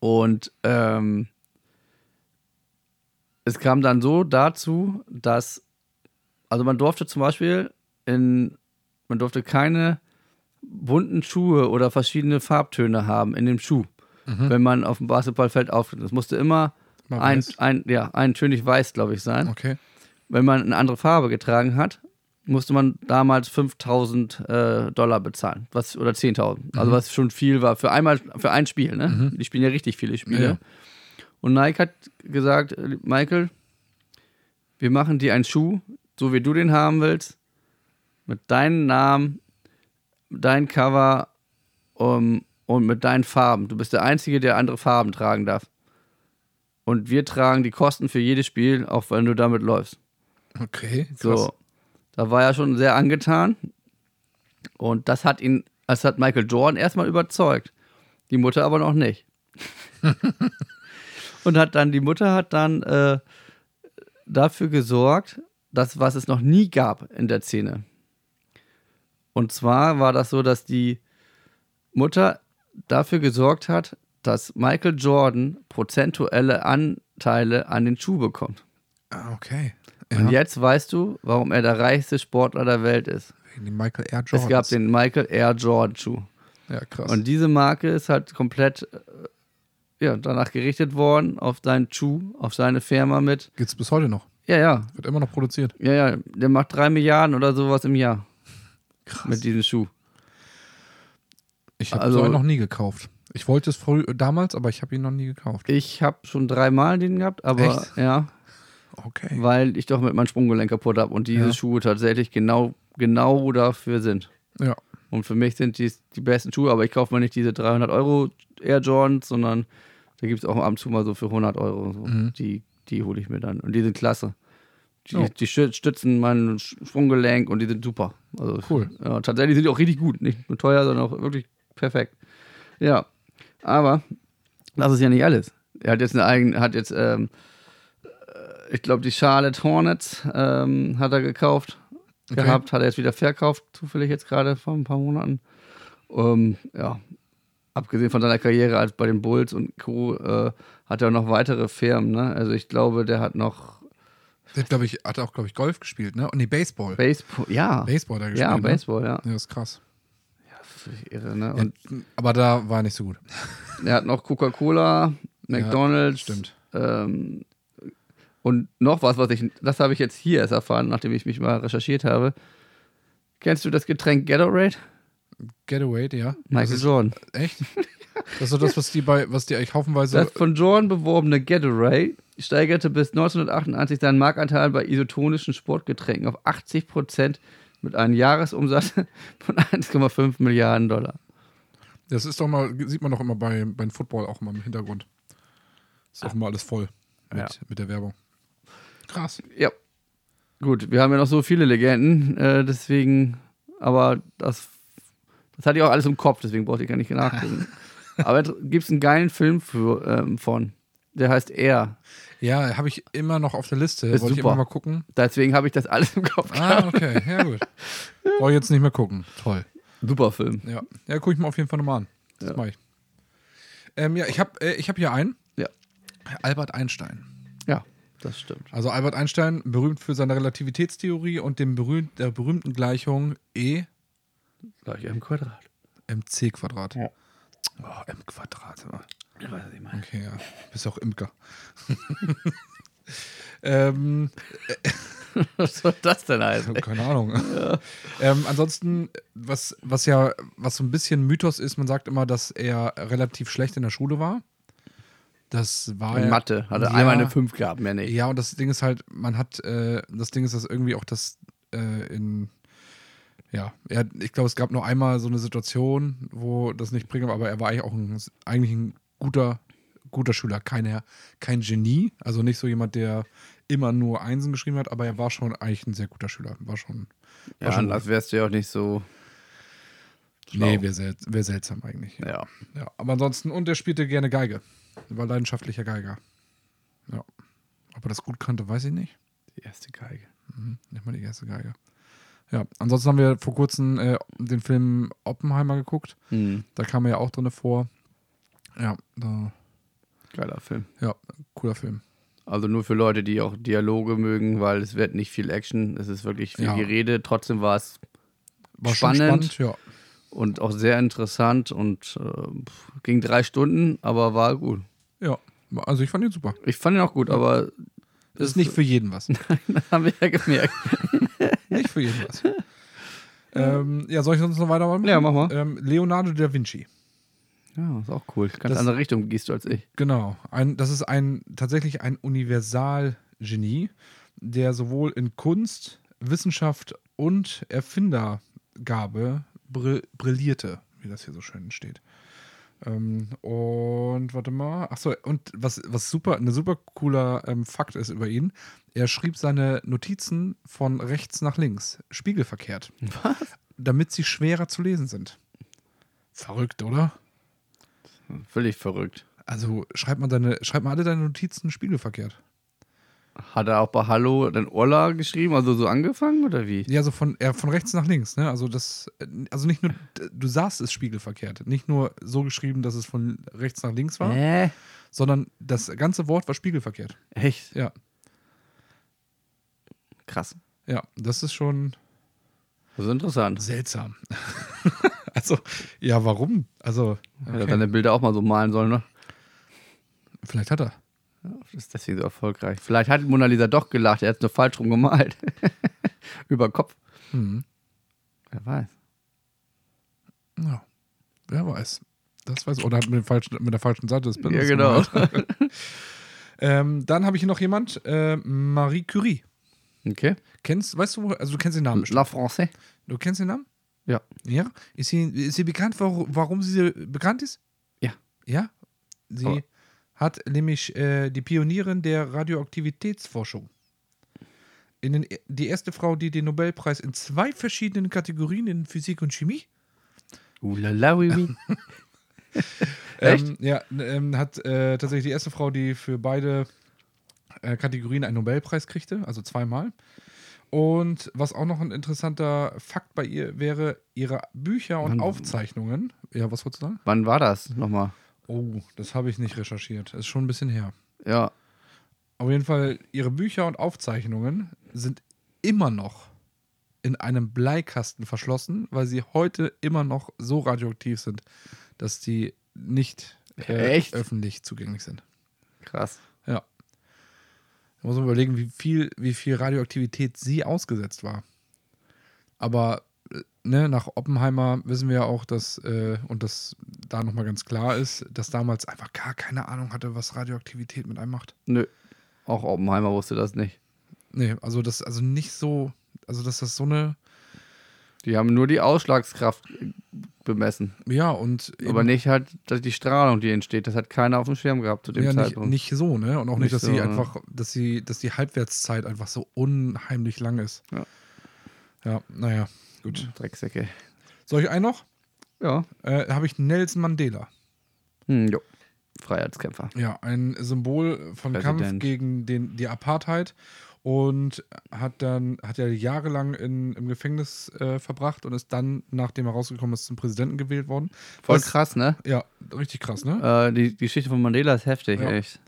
A: und ähm, es kam dann so dazu, dass, also man durfte zum Beispiel in, man durfte keine bunten Schuhe oder verschiedene Farbtöne haben in dem Schuh,
B: Mhm.
A: wenn man auf dem Basketballfeld auftritt. Es musste immer
B: Mal
A: ein,
B: weiß.
A: ein, ja, eintönig weiß, glaube ich, sein.
B: okay.
A: Wenn man eine andere Farbe getragen hat, musste man damals 5000 äh, Dollar bezahlen. Was, oder 10.000. Also, was schon viel war. Für einmal, für ein Spiel, ne? Die spielen ja richtig viele Spiele.
B: Ja, ja.
A: Und Nike hat gesagt: äh, Michael, wir machen dir einen Schuh, so wie du den haben willst, mit deinem Namen, dein Cover um, und mit deinen Farben. Du bist der Einzige, der andere Farben tragen darf. und wir tragen die Kosten für jedes Spiel, auch wenn du damit läufst.
B: Okay, krass.
A: So, da war er schon sehr angetan und das hat ihn, das hat Michael Jordan erstmal überzeugt, die Mutter aber noch nicht. und hat dann, die Mutter hat dann äh, dafür gesorgt, das, was es noch nie gab in der Szene. Und zwar war das so, dass die Mutter dafür gesorgt hat, dass Michael Jordan prozentuelle Anteile an den Schuh bekommt.
B: Ah, okay.
A: Und
B: Ja,
A: jetzt weißt du, warum er der reichste Sportler der Welt ist.
B: wegen dem Michael Air Jordan.
A: Es gab den Michael Air Jordan Schuh.
B: Ja, krass.
A: Und diese Marke ist halt komplett äh, ja, danach gerichtet worden, auf seinen Schuh, auf seine Firma mit.
B: Gibt's bis heute noch.
A: Ja, ja,
B: Wird immer noch produziert.
A: ja, ja. Der macht drei Milliarden oder sowas im Jahr mit
B: Krass.
A: diesem Schuh.
B: Ich habe
A: also-
B: so einen noch nie gekauft. Ich wollte es früh, äh, damals, aber ich habe ihn noch nie gekauft.
A: Ich habe schon dreimal den gehabt, aber
B: Echt?
A: ja,
B: Okay.
A: weil ich doch mit meinem Sprunggelenk kaputt habe und diese
B: Ja.
A: Schuhe tatsächlich genau, genau dafür sind.
B: Ja.
A: Und für mich sind die die besten Schuhe, aber ich kaufe mir nicht diese 300 Euro Air Jordans, sondern da gibt es auch ab und zu mal so für 100 Euro. So.
B: Mhm.
A: Die, die hole ich mir dann. Und die sind klasse. Die,
B: Oh.
A: die schü- stützen mein Sch- Sprunggelenk und die sind super. Also,
B: Cool.
A: ja, tatsächlich sind die auch richtig gut. Nicht nur teuer, sondern auch wirklich perfekt. Ja, aber das ist ja nicht alles. Er hat jetzt eine eigene, hat jetzt, ähm, äh, ich glaube, die Charlotte Hornets ähm, hat er gekauft
B: Okay.
A: gehabt, hat er jetzt wieder verkauft, zufällig jetzt gerade vor ein paar Monaten. Ähm, ja, abgesehen von seiner Karriere als bei den Bulls und Co. Äh, hat er auch noch weitere Firmen. Ne? Also ich glaube, der hat noch
B: Der hat, glaube ich, hat auch, glaube ich, Golf gespielt, ne? Nee, Baseball.
A: Baseball. Ja,
B: Baseball hat er gespielt.
A: ja,
B: ne?
A: Baseball, ja.
B: Ja, ist krass.
A: Das ist irre, ne?
B: Ja,
A: Und
B: aber da war er nicht so gut.
A: er hat noch Coca-Cola, McDonalds.
B: Stimmt.
A: Ähm, und noch was, was ich, das habe ich jetzt hier erst erfahren, nachdem ich mich mal recherchiert habe. Kennst du das Getränk Gatorade?
B: Getaway, ja. Das
A: Michael
B: ist,
A: Jordan.
B: echt? Das ist so das, was die bei, was die eigentlich haufenweise.
A: Das von Jordan beworbene Gatorade steigerte bis 1988 seinen Marktanteil bei isotonischen Sportgetränken auf 80 Prozent mit einem Jahresumsatz von 1,5 Milliarden Dollar.
B: Das ist doch mal, sieht man doch immer bei, beim Football auch immer im Hintergrund. Ist doch immer alles voll mit,
A: Ah. Ja.
B: mit der Werbung. Krass.
A: Ja, gut, wir haben ja noch so viele Legenden, äh, deswegen, aber das, das hatte ich auch alles im Kopf, deswegen brauchte ich gar nicht nachgucken. aber gibt es einen geilen Film für, ähm, von, der heißt Er.
B: Ja, habe ich immer noch auf der Liste.
A: Ist
B: Wollte ich
A: super.
B: immer mal gucken.
A: Deswegen habe ich das alles im Kopf gehabt.
B: Ah, okay. Ja, gut. Brauche ich jetzt nicht mehr gucken. Toll.
A: Super Film.
B: Ja, ja gucke ich mir auf jeden Fall nochmal an. Das
A: Ja.
B: mache ich. Ähm, ja, ich habe äh, ich hab hier einen.
A: Ja.
B: Albert Einstein.
A: Ja, das stimmt.
B: Also Albert Einstein, berühmt für seine Relativitätstheorie und dem berühmt, der berühmten Gleichung E
A: Gleich im Quadrat.
B: mc Quadrat.
A: Ja.
B: Oh, m Quadrat. immer.
A: Ich weiß, was ich meine.
B: Okay, ja. Bist auch Imker. ähm,
A: Was soll das denn heißen?
B: keine Ahnung. Ähm, ansonsten, was, was ja, was so ein bisschen Mythos ist, man sagt immer, dass er relativ schlecht in der Schule war. Das war
A: In
B: er-
A: Mathe hat er
B: Ja.
A: einmal eine 5 gehabt, mehr nicht.
B: Ja, und das Ding ist halt, man hat, äh, das Ding ist, dass irgendwie auch das äh, in, ja, er, hat- ich glaube, es gab nur einmal so eine Situation, wo das nicht bringt, aber er war eigentlich auch ein, eigentlich ein guter, guter Schüler, keine, kein Genie, also nicht so jemand, der immer nur Einsen geschrieben hat, aber er war schon eigentlich ein sehr guter Schüler, war schon, war
A: Ja,
B: schon
A: anders wärst du ja auch nicht so. schlau.
B: nee, wäre sel wär seltsam eigentlich.
A: ja.
B: Ja, aber ansonsten, und er spielte gerne Geige, Er war leidenschaftlicher Geiger. Ja, ob er das gut kannte, weiß ich nicht.
A: Die erste Geige.
B: Mhm, nicht mal die erste Geige. Ja, ansonsten haben wir vor kurzem äh, den Film Oppenheimer geguckt.
A: Hm,
B: Da kam er ja auch drin vor. Ja, da,
A: geiler Film.
B: ja, cooler Film.
A: Also nur für Leute, die auch Dialoge mögen, weil es wird nicht viel Action. Es ist wirklich viel
B: Ja.
A: Gerede. Trotzdem war es
B: War
A: Spannend.
B: schon spannend, ja.
A: und auch sehr interessant und äh, pff, ging drei Stunden, aber war gut.
B: Ja, also ich fand ihn super.
A: Ich fand ihn auch gut, aber
B: Das ist nicht für jeden was.
A: das haben wir ja gemerkt.
B: nicht für jeden was. ähm, ja, soll ich sonst noch weitermachen?
A: Ja, mach mal.
B: Ähm, Leonardo da Vinci.
A: Ja, ist auch cool. Ganz
B: Das-
A: andere Richtung gehst du als ich.
B: Genau. Ein, das ist ein tatsächlich ein Universalgenie, der sowohl in Kunst, Wissenschaft und Erfindergabe brill- brillierte, wie das hier so schön steht. Ähm, und warte mal. Achso, und was, was super, eine super cooler ähm, Fakt ist über ihn, er schrieb seine Notizen von rechts nach links, spiegelverkehrt,
A: Was?
B: damit sie schwerer zu lesen sind. Verrückt, oder?
A: Völlig verrückt.
B: Also schreib mal, deine, schreib mal alle deine Notizen spiegelverkehrt.
A: Hat er auch bei Hallo dann Orla geschrieben, also so angefangen oder wie?
B: Ja, so von, ja, von rechts nach links, ne? Also das, also nicht nur, du sahst es spiegelverkehrt. Nicht nur so geschrieben, dass es von rechts nach links war,
A: Hä?
B: sondern das ganze Wort war spiegelverkehrt.
A: Echt?
B: Ja.
A: Krass.
B: Ja, das ist schon
A: Das ist interessant.
B: seltsam. also, ja, warum? Also,
A: Hätte er
B: okay.
A: seine Bilder auch mal so malen sollen, ne?
B: vielleicht hat er.
A: Ist deswegen so erfolgreich. Vielleicht hat Mona Lisa doch gelacht, er hat es nur falsch rum gemalt. Über Kopf.
B: Hm.
A: Wer weiß.
B: Ja, wer weiß. Das weiß Oder hat mit, dem falschen, mit der falschen Seite des
A: ja,
B: Bildes
A: genau.
B: gemalt. Ähm, dann habe ich hier noch jemand, äh, Marie Curie.
A: Okay.
B: Kennst, weißt du, wo- also du kennst den Namen bestimmt.
A: La Française.
B: Du kennst den Namen?
A: Ja.
B: Ja? Ist sie, ist sie bekannt, warum, warum sie bekannt ist?
A: Ja.
B: Ja? Sie
A: Aber-
B: hat nämlich äh, die Pionierin der Radioaktivitätsforschung. In den, die erste Frau, die den Nobelpreis in zwei verschiedenen Kategorien in Physik und Chemie
A: Uh, la, la, oui, oui.
B: Ähm, ja, n- ähm, hat äh, tatsächlich die erste Frau, die für beide äh, Kategorien einen Nobelpreis kriegte, also zweimal. Und was auch noch ein interessanter Fakt bei ihr wäre, ihre Bücher und
A: Wann-
B: Aufzeichnungen. Ja, was wolltest du sagen?
A: Wann war das nochmal?
B: Oh, das habe ich nicht recherchiert. Ist schon ein bisschen her.
A: Ja.
B: Auf jeden Fall, ihre Bücher und Aufzeichnungen sind immer noch in einem Bleikasten verschlossen, weil sie heute immer noch so radioaktiv sind, dass die nicht äh,
A: Echt?
B: öffentlich zugänglich sind.
A: Krass.
B: Ja. Da muss man überlegen, wie viel, wie viel Radioaktivität sie ausgesetzt war. Aber äh, ne, nach Oppenheimer wissen wir ja auch, dass, äh, und das da nochmal ganz klar ist, dass damals einfach gar keine Ahnung hatte, was Radioaktivität mit einem macht.
A: Nö. Auch Oppenheimer wusste das nicht.
B: Nee, also das, also nicht so, also dass das so eine,
A: Die haben nur die Ausschlagskraft äh, bemessen.
B: ja, und
A: Aber nicht halt dass die Strahlung, die entsteht. Das hat keiner auf dem Schirm gehabt zu dem
B: ja, nicht,
A: Zeitpunkt.
B: nicht so, ne? Und auch nicht,
A: Nicht
B: dass
A: so,
B: sie
A: ne?
B: einfach, dass sie, dass die Halbwertszeit einfach so unheimlich lang ist.
A: Ja.
B: Ja, naja, gut.
A: Drecksäcke.
B: Soll ich einen noch?
A: Ja.
B: äh, habe ich Nelson Mandela.
A: Hm, jo. Freiheitskämpfer.
B: Ja, ein Symbol von Kampf
A: Präsident.
B: gegen den, die Apartheid und hat dann hat er jahrelang in, im Gefängnis äh, verbracht und ist dann, nachdem er rausgekommen ist, zum Präsidenten gewählt worden.
A: Voll
B: Was-
A: krass, ne?
B: Ja, richtig krass, ne?
A: Äh, die, die Geschichte von Mandela ist heftig,
B: Ja.
A: echt.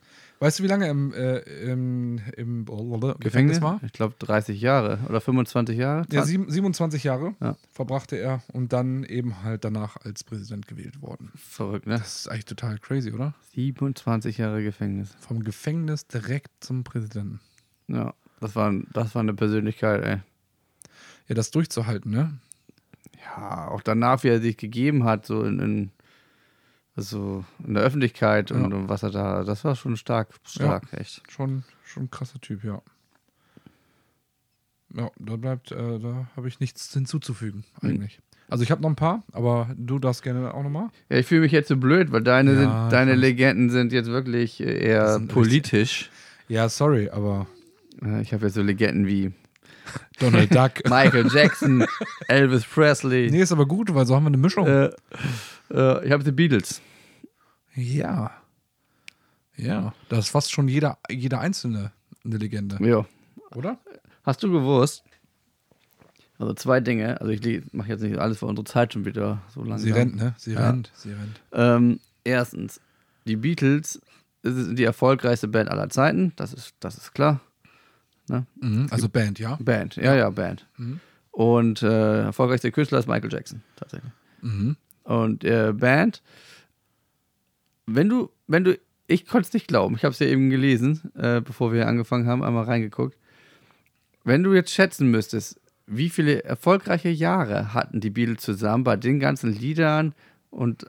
B: Weißt du, wie lange er im, äh, im, im Gefängnis,
A: Gefängnis
B: war?
A: war? Ich glaube 30 Jahre oder 25 Jahre.
B: Ja, sieben- 27 Jahre
A: Ja.
B: verbrachte er und dann eben halt danach als Präsident gewählt worden.
A: Verrückt, ne?
B: Das ist eigentlich total crazy, oder?
A: 27 Jahre Gefängnis.
B: Vom Gefängnis direkt zum Präsidenten.
A: Ja, das war, das war eine Persönlichkeit, ey.
B: Ja, das durchzuhalten, ne?
A: Ja, auch danach, wie er sich gegeben hat, so in, in, also in der Öffentlichkeit und,
B: Ja.
A: und was er da, das war schon stark, stark, echt.
B: Schon, schon ein krasser Typ, ja. Ja, da bleibt, äh, da habe ich nichts hinzuzufügen, eigentlich. Also ich habe noch ein paar, aber du darfst gerne auch nochmal.
A: Ja, ich fühle mich jetzt so blöd, weil deine,
B: Ja,
A: sind,
B: ich
A: deine
B: weiß.
A: Legenden sind jetzt wirklich äh,
B: Die
A: eher
B: sind
A: politisch.
B: Ja, sorry, aber
A: Äh, Ich habe jetzt so Legenden wie
B: Donald Duck.
A: Michael Jackson, Elvis Presley.
B: nee, ist aber gut, weil so haben wir eine Mischung.
A: Äh, äh, ich habe die Beatles.
B: Ja. Ja, da ist fast schon jeder, jeder Einzelne eine Legende,
A: Ja.
B: oder?
A: Hast du gewusst? Also zwei Dinge. Also ich mache jetzt nicht alles, weil unsere Zeit schon wieder so lang
B: Sie rennt, ne? Sie
A: Ja.
B: rennt, sie rennt.
A: Ähm, erstens, die Beatles sind die erfolgreichste Band aller Zeiten. Das ist, das ist klar.
B: Mhm, also Band, ja.
A: Band, ja, ja, Band.
B: Mhm.
A: Und äh, erfolgreichster Künstler ist Michael Jackson, tatsächlich.
B: Mhm.
A: Und äh, Band, wenn du, wenn du, ich konnte es nicht glauben, ich habe es ja eben gelesen, äh, bevor wir angefangen haben, einmal reingeguckt. Wenn du jetzt schätzen müsstest, wie viele erfolgreiche Jahre hatten die Beatles zusammen bei den ganzen Liedern und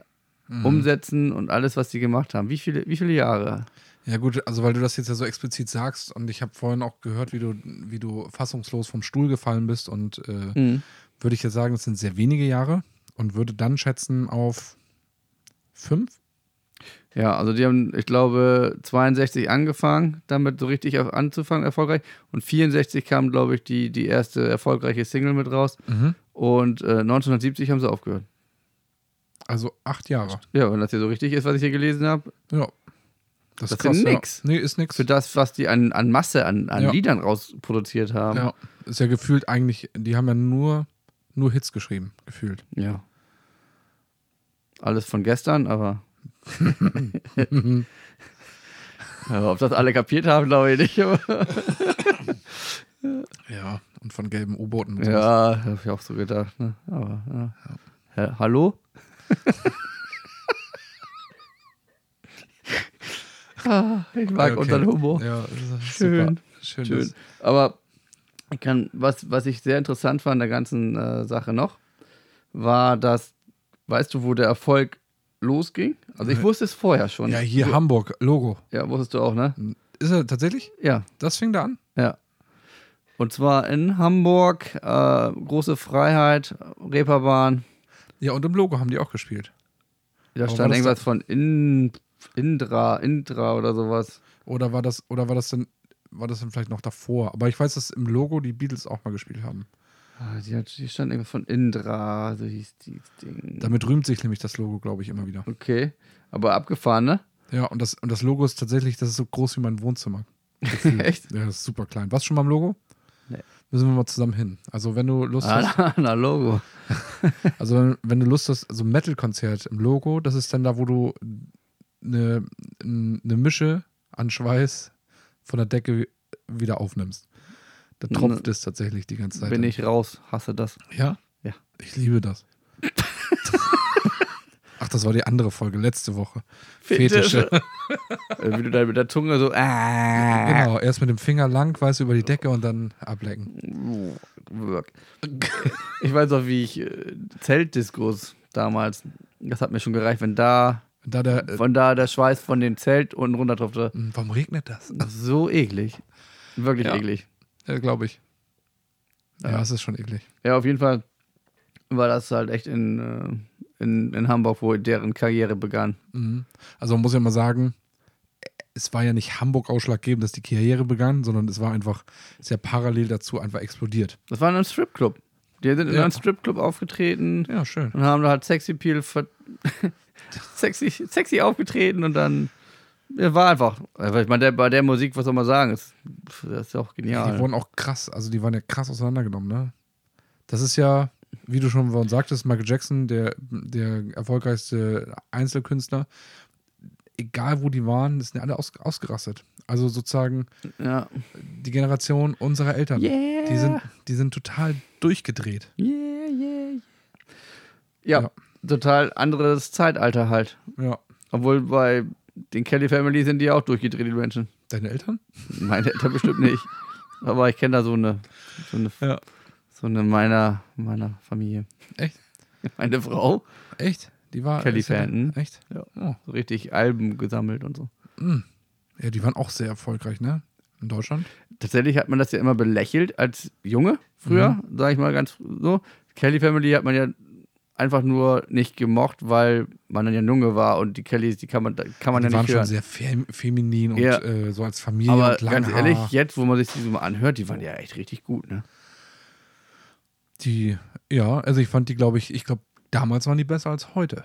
A: Umsätzen und alles, was sie gemacht haben, wie viele, wie viele Jahre?
B: Ja gut, also weil du das jetzt ja so explizit sagst und ich habe vorhin auch gehört, wie du, wie du fassungslos vom Stuhl gefallen bist und äh, würde ich jetzt sagen, das sind sehr wenige Jahre und würde dann schätzen auf fünf?
A: Ja, also die haben, ich glaube, 62 angefangen, damit so richtig auf- anzufangen, erfolgreich. Und 64 kam, glaube ich, die, die erste erfolgreiche Single mit raus.
B: Mhm.
A: Und äh, 1970 haben sie aufgehört.
B: Also acht Jahre.
A: Ja, wenn das hier so richtig ist, was ich hier gelesen habe,
B: Ja. Das,
A: ist nix.
B: Ja. Nee, ist nix.
A: für das, was die an, an Masse, an, an
B: Ja.
A: Liedern rausproduziert haben.
B: ja. Ist ja gefühlt eigentlich, die haben ja nur, nur Hits geschrieben, gefühlt.
A: Ja. Alles von gestern, aber. ja, ob das alle kapiert haben, glaube ich nicht. Aber
B: Ja. Und von gelben U-Booten. und sowas.
A: ja, habe ich auch so gedacht. Ne? Aber, ja. Hä, hallo? ah, ich mag
B: Okay.
A: unseren Humor.
B: Ja, das ist halt
A: Schön.
B: Super. Schön.
A: Schön.
B: Schön.
A: Aber ich kann, was, was ich sehr interessant fand an der ganzen äh, Sache noch, war, dass, weißt du, wo der Erfolg losging? Also ich
B: Nee.
A: wusste es vorher schon.
B: Ja, Mhm. hier Hamburg, Logo.
A: Ja, wusstest du auch, ne?
B: Ist er tatsächlich?
A: Ja,
B: Das fing da an?
A: ja. Und zwar in Hamburg, äh, große Freiheit, Reeperbahn.
B: Ja, und im Logo haben die auch gespielt.
A: Da
B: war
A: stand
B: das
A: irgendwas von in, Indra, Indra oder sowas.
B: Oder war das, oder war das dann, war das dann vielleicht noch davor? Aber ich weiß, dass im Logo die Beatles auch mal gespielt haben.
A: Ah, Die, hat, die stand irgendwas von Indra, so hieß dieses Ding.
B: Damit rühmt sich nämlich das Logo, glaube ich, immer wieder.
A: Okay, aber abgefahren, ne?
B: Ja, und das, und das Logo ist tatsächlich, das ist so groß wie mein Wohnzimmer.
A: Echt?
B: Ja, das ist super klein. Warst du schon mal im Logo?
A: Nee.
B: Müssen wir mal zusammen hin. Also wenn du Lust hast,
A: Ah, na, Logo.
B: also wenn, wenn du Lust hast, so ein Metal-Konzert im Logo, das ist dann da, wo du eine, eine Mische an Schweiß von der Decke wieder aufnimmst. Da tropft es tatsächlich die ganze Zeit.
A: Ne. Bin ich raus, hasse das.
B: Ja?
A: Ja.
B: Ich liebe das. Ach, das war die andere Folge, letzte Woche.
A: Fetische.
B: Fetische.
A: Äh, Wie du da mit der Zunge so, ah,
B: Genau, erst mit dem Finger lang, weiß über die Decke und dann ablecken.
A: work. Ich weiß auch, wie ich äh, Zeltdiskos damals, das hat mir schon gereicht, wenn da,
B: Und da der, äh, hm,
A: von da der Schweiß von dem Zelt unten runter tropfte.
B: warum regnet das?
A: Das ist So eklig. Wirklich
B: Ja.
A: eklig.
B: Ja, glaube ich. Ja, es ist schon eklig.
A: Ja, auf jeden Fall war das halt echt in, äh, in, in Hamburg, wo deren Karriere begann.
B: Mhm. Also man muss ja mal sagen, es war ja nicht Hamburg ausschlaggebend, dass die Karriere begann, sondern es war einfach sehr parallel dazu einfach explodiert.
A: Das war in einem Stripclub. Die sind in
B: Ja.
A: einem Stripclub aufgetreten.
B: Ja, schön.
A: und haben da halt Sexy Peel ver sexy, sexy aufgetreten und dann ja, war einfach. Also Ich meine, der, bei der Musik, was soll man sagen, ist, pf, das ist auch
B: die
A: genial.
B: wurden auch krass, also die waren ja krass auseinandergenommen, ne? Das ist ja, wie du schon von sagtest, Michael Jackson, der, der erfolgreichste Einzelkünstler. Egal wo die waren, das sind ja alle aus, ausgerastet. Also sozusagen
A: Ja.
B: die Generation unserer Eltern.
A: Yeah.
B: also Die, sind, die sind total durchgedreht.
A: Yeah, yeah, yeah. Ja,
B: Ja.
A: total anderes Zeitalter halt.
B: Ja.
A: Obwohl bei den Kelly Family sind die auch durchgedreht, die Menschen.
B: Deine Eltern?
A: Meine Eltern bestimmt nicht. Aber ich kenne da so eine, so eine,
B: Ja.
A: so eine meiner, meiner Familie.
B: Echt?
A: Meine Frau,
B: Echt? Die war.
A: Kelly
B: ist ja-
A: Fenton.
B: Echt?
A: Ja.
B: Oh.
A: so richtig Alben gesammelt und so.
B: Ja, die waren auch sehr erfolgreich, ne? In Deutschland.
A: tatsächlich hat man das ja immer belächelt als Junge früher,
B: Mhm.
A: sage ich mal ganz so. Kelly Family hat man ja einfach nur nicht gemocht, weil man dann ja ein Junge war und die Kellys, die kann man, da kann man
B: die
A: ja
B: waren
A: nicht
B: schon
A: hören.
B: sehr fem feminin und
A: Ja.
B: äh, so als Familie
A: Aber
B: und lange
A: ganz ehrlich,
B: Haar.
A: jetzt, wo man sich die so mal anhört, die waren ja echt richtig gut, ne?
B: Die, ja, also ich fand die, glaube ich, ich glaube, damals waren die besser als heute.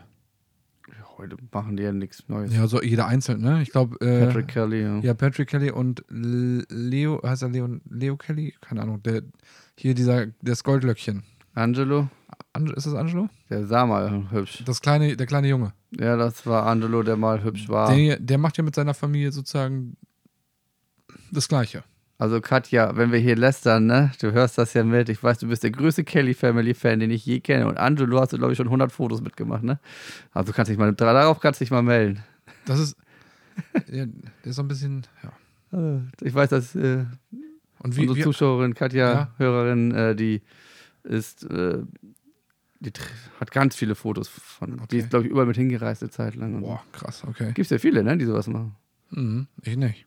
A: Heute machen die ja nichts Neues.
B: Ja, so jeder einzeln, ne? Ich glaube, äh,
A: Patrick Kelly, ja.
B: ja, Patrick Kelly und L- Leo, heißt er Leon, Leo Kelly? Keine Ahnung, der, hier dieser, das Goldlöckchen.
A: Angelo,
B: An, ist das Angelo?
A: der sah mal hübsch.
B: Das kleine, der kleine Junge.
A: Ja, das war Angelo, der mal hübsch war.
B: Der, der macht ja mit seiner Familie sozusagen das Gleiche.
A: Also Katja, wenn wir hier lästern, ne? Du hörst das ja mit. Ich weiß, du bist der größte Kelly Family Fan, den ich je kenne. Und Angelo hast du, glaube ich, schon 100 Fotos mitgemacht, ne? Also kannst dich mal, darauf kannst dich mal melden.
B: Das ist, ja, der ist so ein bisschen, ja.
A: Äh, Ich weiß, dass äh,
B: Und wie,
A: unsere
B: wie
A: Zuschauerin Katja,
B: Ja.
A: Hörerin, äh, die ist, äh, die tr- hat ganz viele Fotos von. Die
B: Okay.
A: ist, glaube ich, überall mit hingereist eine Zeit lang.
B: boah, krass, okay.
A: Gibt es ja viele, ne? Die sowas machen.
B: Mhm, ich nicht.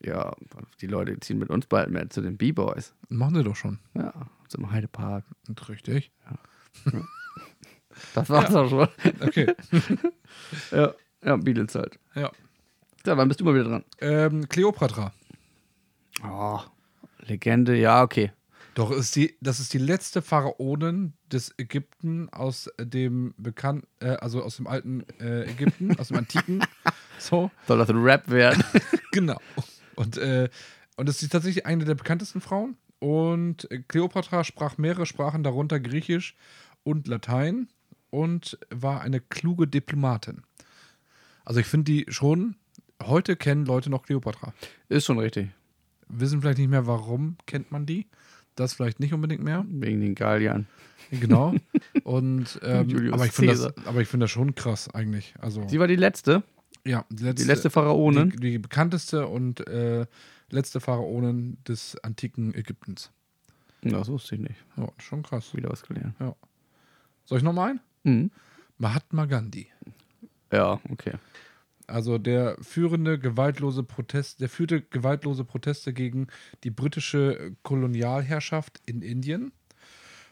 A: Ja, die Leute ziehen mit uns bald mehr zu den B-Boys.
B: Machen sie doch schon.
A: Ja, zum Heidepark.
B: Und Richtig.
A: Das war's auch schon.
B: Okay.
A: Ja, ja Beatles halt.
B: ja.
A: So, wann bist du mal wieder dran?
B: Ähm, Cleopatra.
A: Oh, Legende, ja, okay.
B: Doch, ist die, das ist die letzte Pharaonin des Ägypten aus dem bekannten, äh, also aus dem alten äh, Ägypten, aus dem antiken. So,
A: Soll das ein Rap werden?
B: genau. Und, äh, und es ist tatsächlich eine der bekanntesten Frauen. Und äh, Kleopatra sprach mehrere Sprachen, darunter Griechisch und Latein und war eine kluge Diplomatin. Also ich finde die schon, heute kennen Leute noch Kleopatra.
A: Ist schon richtig.
B: Wissen vielleicht nicht mehr, warum kennt man die. Das vielleicht nicht unbedingt mehr.
A: Wegen den Galliern.
B: Genau. Und ähm,
A: Julius
B: aber ich finde
A: Caesar.
B: das, aber ich finde das schon krass eigentlich. Also
A: Sie war die letzte,
B: ja, die letzte,
A: die letzte Pharaonin.
B: die, die bekannteste und äh, letzte Pharaonin des antiken Ägyptens.
A: Ja, das wusste ich nicht.
B: Ja, schon krass.
A: Wieder was gelernt.
B: Soll ich noch mal ein?
A: Mhm.
B: Mahatma Gandhi.
A: Ja, okay.
B: Also der führende gewaltlose Protest, der führte gewaltlose Proteste gegen die britische Kolonialherrschaft in Indien.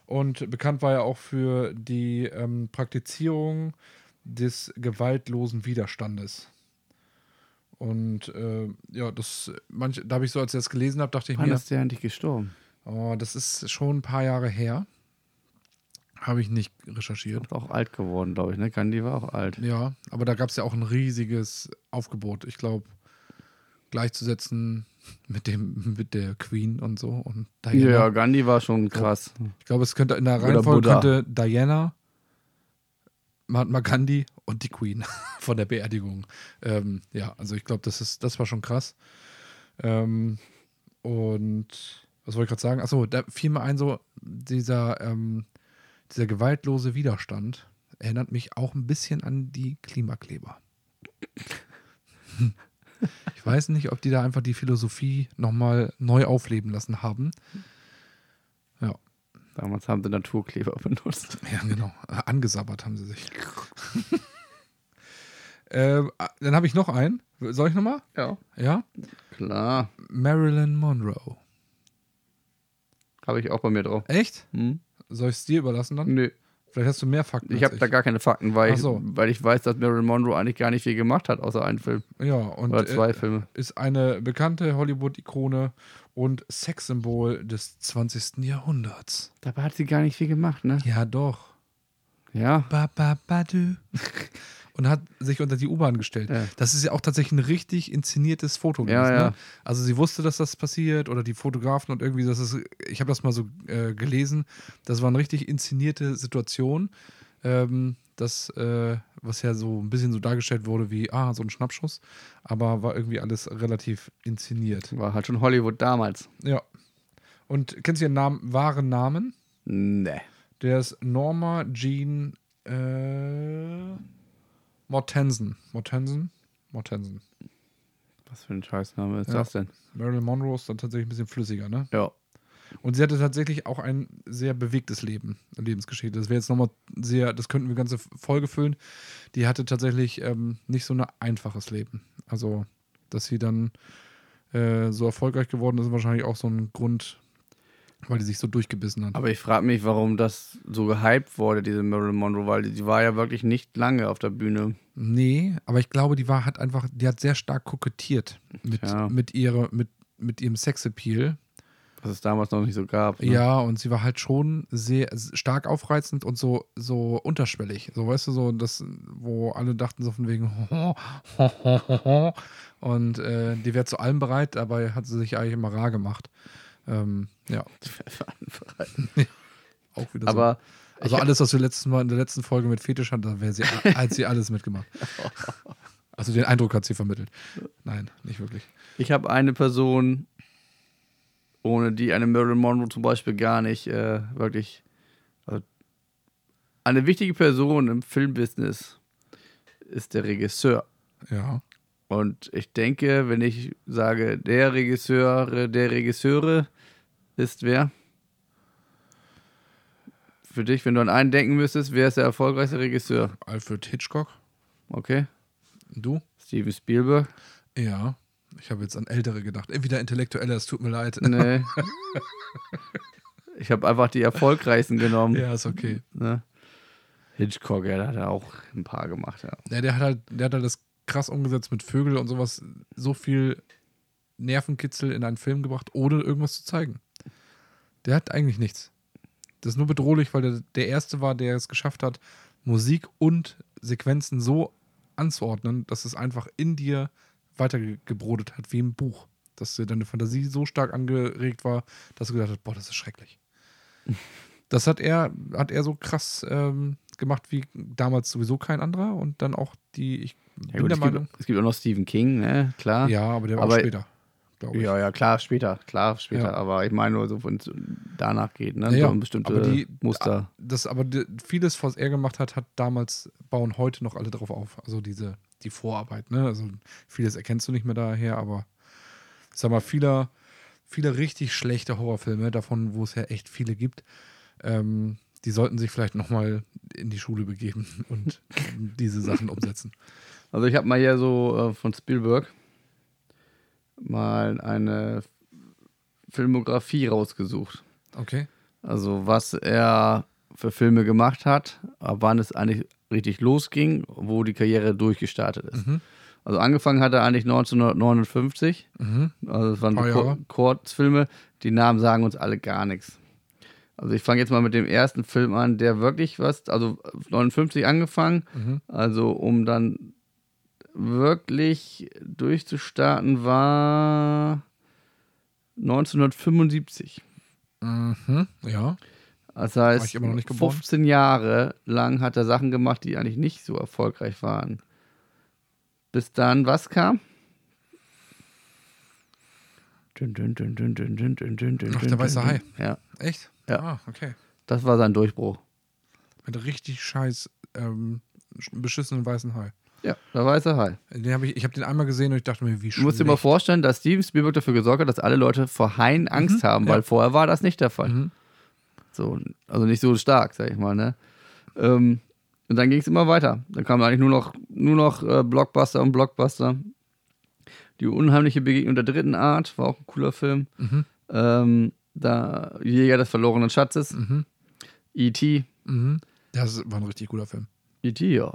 B: Und bekannt war er auch für die ähm, Praktizierung des gewaltlosen Widerstandes. Und äh, ja, das manch, da habe ich so, als ich das gelesen habe, dachte ich
A: Wann
B: mir,
A: ist der eigentlich gestorben?
B: oh, das ist schon ein paar Jahre her. Habe ich nicht recherchiert.
A: Ist auch alt geworden, glaube ich. Ne? Gandhi war auch alt.
B: Ja, aber da gab es ja auch ein riesiges Aufgebot. Ich glaube, gleichzusetzen mit dem mit der Queen und so und Diana.
A: Ja, Gandhi war schon krass.
B: Ich glaube, es könnte in der
A: Oder
B: Reihenfolge
A: Buddha.
B: könnte Diana, Mahatma Gandhi und die Queen von der Beerdigung. Ähm, ja, also ich glaube, das ist das war schon krass. Ähm, und was wollte ich gerade sagen? Achso, da fiel mir ein so dieser ähm, dieser gewaltlose Widerstand erinnert mich auch ein bisschen an die Klimakleber. Ich weiß nicht, ob die da einfach die Philosophie nochmal neu aufleben lassen haben. Ja.
A: Damals haben sie Naturkleber benutzt.
B: Ja, genau. Äh, Angesabbert haben sie sich. ähm, ah, dann habe ich noch einen. Soll ich nochmal?
A: Ja.
B: Ja?
A: Klar.
B: Marilyn Monroe.
A: Habe ich auch bei mir drauf.
B: Echt?
A: Hm?
B: Soll ich es dir überlassen dann?
A: Nö.
B: Vielleicht hast du mehr Fakten.
A: Ich habe
B: als
A: da gar keine Fakten, weil,
B: Ach so.
A: ich, weil ich weiß, dass Marilyn Monroe eigentlich gar nicht viel gemacht hat, außer einen Film
B: Ja, und
A: oder zwei
B: äh,
A: Filme.
B: ist eine bekannte Hollywood-Ikone und Sexsymbol des 20. Jahrhunderts.
A: Dabei hat sie gar nicht viel gemacht, ne?
B: Ja, doch.
A: Ja.
B: Ba, ba, ba, dü. Und hat sich unter die U-Bahn gestellt.
A: Ja.
B: Das ist ja auch tatsächlich ein richtig inszeniertes Foto
A: Ja,
B: gewesen.
A: ja.
B: Ne? Also sie wusste, dass das passiert oder die Fotografen und irgendwie, das ist, ich habe das mal so äh, gelesen, das war eine richtig inszenierte Situation. Ähm, das, äh, was ja so ein bisschen so dargestellt wurde wie, ah, so ein Schnappschuss, aber war irgendwie alles relativ inszeniert.
A: War halt schon Hollywood damals.
B: Ja. Und kennst du ihren Namen, wahren Namen?
A: Nee.
B: Der ist Norma Jean äh, Mortensen. Mortensen? Mortensen.
A: Was für ein Scheißname ist
B: Ja.
A: das denn?
B: Marilyn Monroe ist dann tatsächlich ein bisschen flüssiger, ne?
A: Ja.
B: Und sie hatte tatsächlich auch ein sehr bewegtes Leben, Lebensgeschichte. Das wäre jetzt nochmal sehr, das könnten wir eine ganze Folge füllen. Die hatte tatsächlich ähm, nicht so ein einfaches Leben. Also, dass sie dann äh, so erfolgreich geworden ist, ist wahrscheinlich auch so ein Grund, weil die sich so durchgebissen hat.
A: Aber ich frage mich, warum das so gehypt wurde, diese Marilyn Monroe, weil die war ja wirklich nicht lange auf der Bühne.
B: Nee, aber ich glaube, die war hat einfach, die hat sehr stark kokettiert mit,
A: Tja.
B: mit, ihre, mit, mit ihrem Sexappeal.
A: Was es damals noch nicht so gab. ne?
B: Ja, und sie war halt schon sehr s- stark aufreizend und so, so unterschwellig. So, weißt du, so das, wo alle dachten so von wegen und äh, die wäre zu allem bereit, dabei hat sie sich eigentlich immer rar gemacht. Ähm, ja, auch wieder so.
A: Aber
B: Also alles, was wir letztes Mal in der letzten Folge mit Fetisch hatten, da wäre sie, hat sie alles mitgemacht. Also den Eindruck hat sie vermittelt. Nein, nicht wirklich.
A: ich habe eine Person, ohne die eine Marilyn Monroe zum Beispiel gar nicht äh, wirklich. Also eine wichtige Person im Filmbusiness ist der Regisseur.
B: Ja.
A: Und ich denke, wenn ich sage, der Regisseur, der Regisseure ist wer? Für dich, wenn du an einen denken müsstest, wer ist der erfolgreichste Regisseur?
B: Alfred Hitchcock,
A: Okay.
B: du?
A: Steven Spielberg?
B: Ja. Ich habe jetzt an Ältere gedacht. Entweder Intellektuelle, es tut mir leid.
A: Nee. ich habe einfach die erfolgreichsten genommen.
B: Ja, ist okay.
A: Ne? Hitchcock, ja, da hat er auch ein paar gemacht, ja.
B: Ja, der hat halt, der hat halt das krass umgesetzt mit Vögel und sowas, so viel Nervenkitzel in einen Film gebracht, ohne irgendwas zu zeigen. Der hat eigentlich nichts. Das ist nur bedrohlich, weil der der Erste war, der es geschafft hat, Musik und Sequenzen so anzuordnen, dass es einfach in dir weitergebrodet hat, wie im Buch. Dass dir deine Fantasie so stark angeregt war, dass du gedacht hast, boah, das ist schrecklich. Das hat er, hat er so krass ähm, gemacht wie damals sowieso kein anderer und dann auch die, ich
A: ja
B: bin
A: gut,
B: der
A: es,
B: Meinung.
A: gibt, es gibt auch noch Stephen King, ne? Klar.
B: Ja, aber der war auch
A: Aber-
B: später, glaube ich.
A: Ja, ja, klar, später, klar, später.
B: Ja.
A: Aber ich meine nur so, wenn es danach geht, ne?
B: Ja,
A: so ein bestimmte
B: aber die- ah,
A: Muster.
B: Das, aber die, vieles, was er gemacht hat, hat damals, bauen heute noch alle drauf auf. Also diese, die Vorarbeit, ne? Also vieles erkennst du nicht mehr daher, aber ich sag mal, vieler, viele richtig schlechte Horrorfilme, davon, wo es ja echt viele gibt, ähm, die sollten sich vielleicht nochmal in die Schule begeben und ähm, diese Sachen umsetzen.
A: Also ich habe mal hier so äh, von Spielberg mal eine Filmografie rausgesucht.
B: Okay.
A: Also was er für Filme gemacht hat, ab wann es eigentlich richtig losging, wo die Karriere durchgestartet ist.
B: Mhm.
A: Also angefangen hat er eigentlich 1959.
B: Mhm.
A: Also es waren so
B: Paar Jahre.
A: Kur- Kurzfilme. Die Namen sagen uns alle gar nichts. Also ich fange jetzt mal mit dem ersten Film an, der wirklich was, also 59 angefangen,
B: Mhm.
A: also um dann wirklich durchzustarten war 1975.
B: Mhm. Ja.
A: Das
B: War
A: heißt,
B: ich immer noch nicht geboren?
A: 15 Jahre lang hat er Sachen gemacht, die eigentlich nicht so erfolgreich waren. Bis dann, was kam? Dün, dün, dün, dün, dün, dün, dün, dün, dün,
B: Ach,
A: dün,
B: der weiße
A: dün,
B: Hai.
A: dün. Ja,
B: Echt?
A: Ja.
B: Ah, okay.
A: das war sein Durchbruch.
B: Mit richtig scheiß ähm, beschissenen weißen Hai.
A: Ja, der weiße Hai.
B: Den hab ich ich habe den einmal gesehen und ich dachte mir, wie
A: Du musst dir mal vorstellen, dass Steven Spielberg dafür gesorgt hat, dass alle Leute vor Haien Angst haben, weil
B: Mhm. ja.
A: vorher war das nicht der Fall.
B: Mhm.
A: So, also nicht so stark, sag ich mal. Ne? Ähm, und dann ging es immer weiter. Dann kamen eigentlich nur noch, nur noch äh, Blockbuster und Blockbuster. Die unheimliche Begegnung der dritten Art war auch ein cooler Film.
B: Mhm.
A: Ähm, da Jäger des verlorenen Schatzes. E
B: Mhm.
A: E.T.
B: Mhm. Das war ein richtig guter Film.
A: E.T., E ja.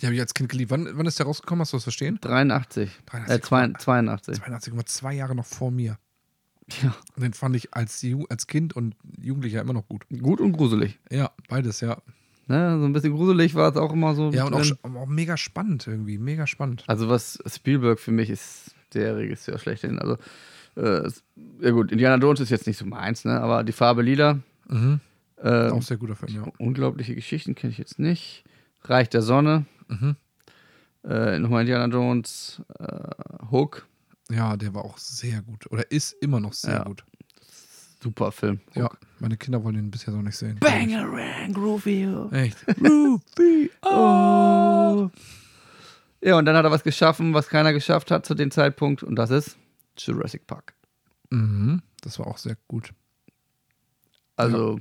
B: Den habe ich als Kind geliebt. Wann, wann ist der rausgekommen? Hast du das verstehen?
A: 83.
B: 83,
A: Äh, 82. 82.
B: 82, guck mal, zwei Jahre noch vor mir.
A: Ja.
B: Und den fand ich als, Ju- als Kind und Jugendlicher immer noch gut.
A: Gut und gruselig.
B: Ja, beides, ja.
A: Ne? So ein bisschen gruselig war es auch immer so.
B: Ja, und auch,
A: drin.
B: sch- aber auch mega spannend irgendwie. Mega spannend.
A: Also was Spielberg für mich ist, der Regisseur schlechthin. Also äh, es- ja gut, Indiana Jones ist jetzt nicht so meins, ne? Aber die Farbe Lila,
B: Mhm.
A: äh,
B: Auch sehr guter Film, ja.
A: unglaubliche Geschichten kenne ich jetzt nicht. Reich der Sonne,
B: Mhm.
A: äh, nochmal Indiana Jones, äh, Hook,
B: Ja, der war auch sehr gut. Oder ist immer noch sehr
A: Ja.
B: gut.
A: super Film.
B: Ja, meine Kinder wollen den bisher noch nicht sehen.
A: Bangerang, Groovy.
B: Echt.
A: Groovy. Oh. Ja, und dann hat er was geschaffen, was keiner geschafft hat zu dem Zeitpunkt, und das ist Jurassic Park.
B: Mhm. Das war auch sehr gut.
A: Also,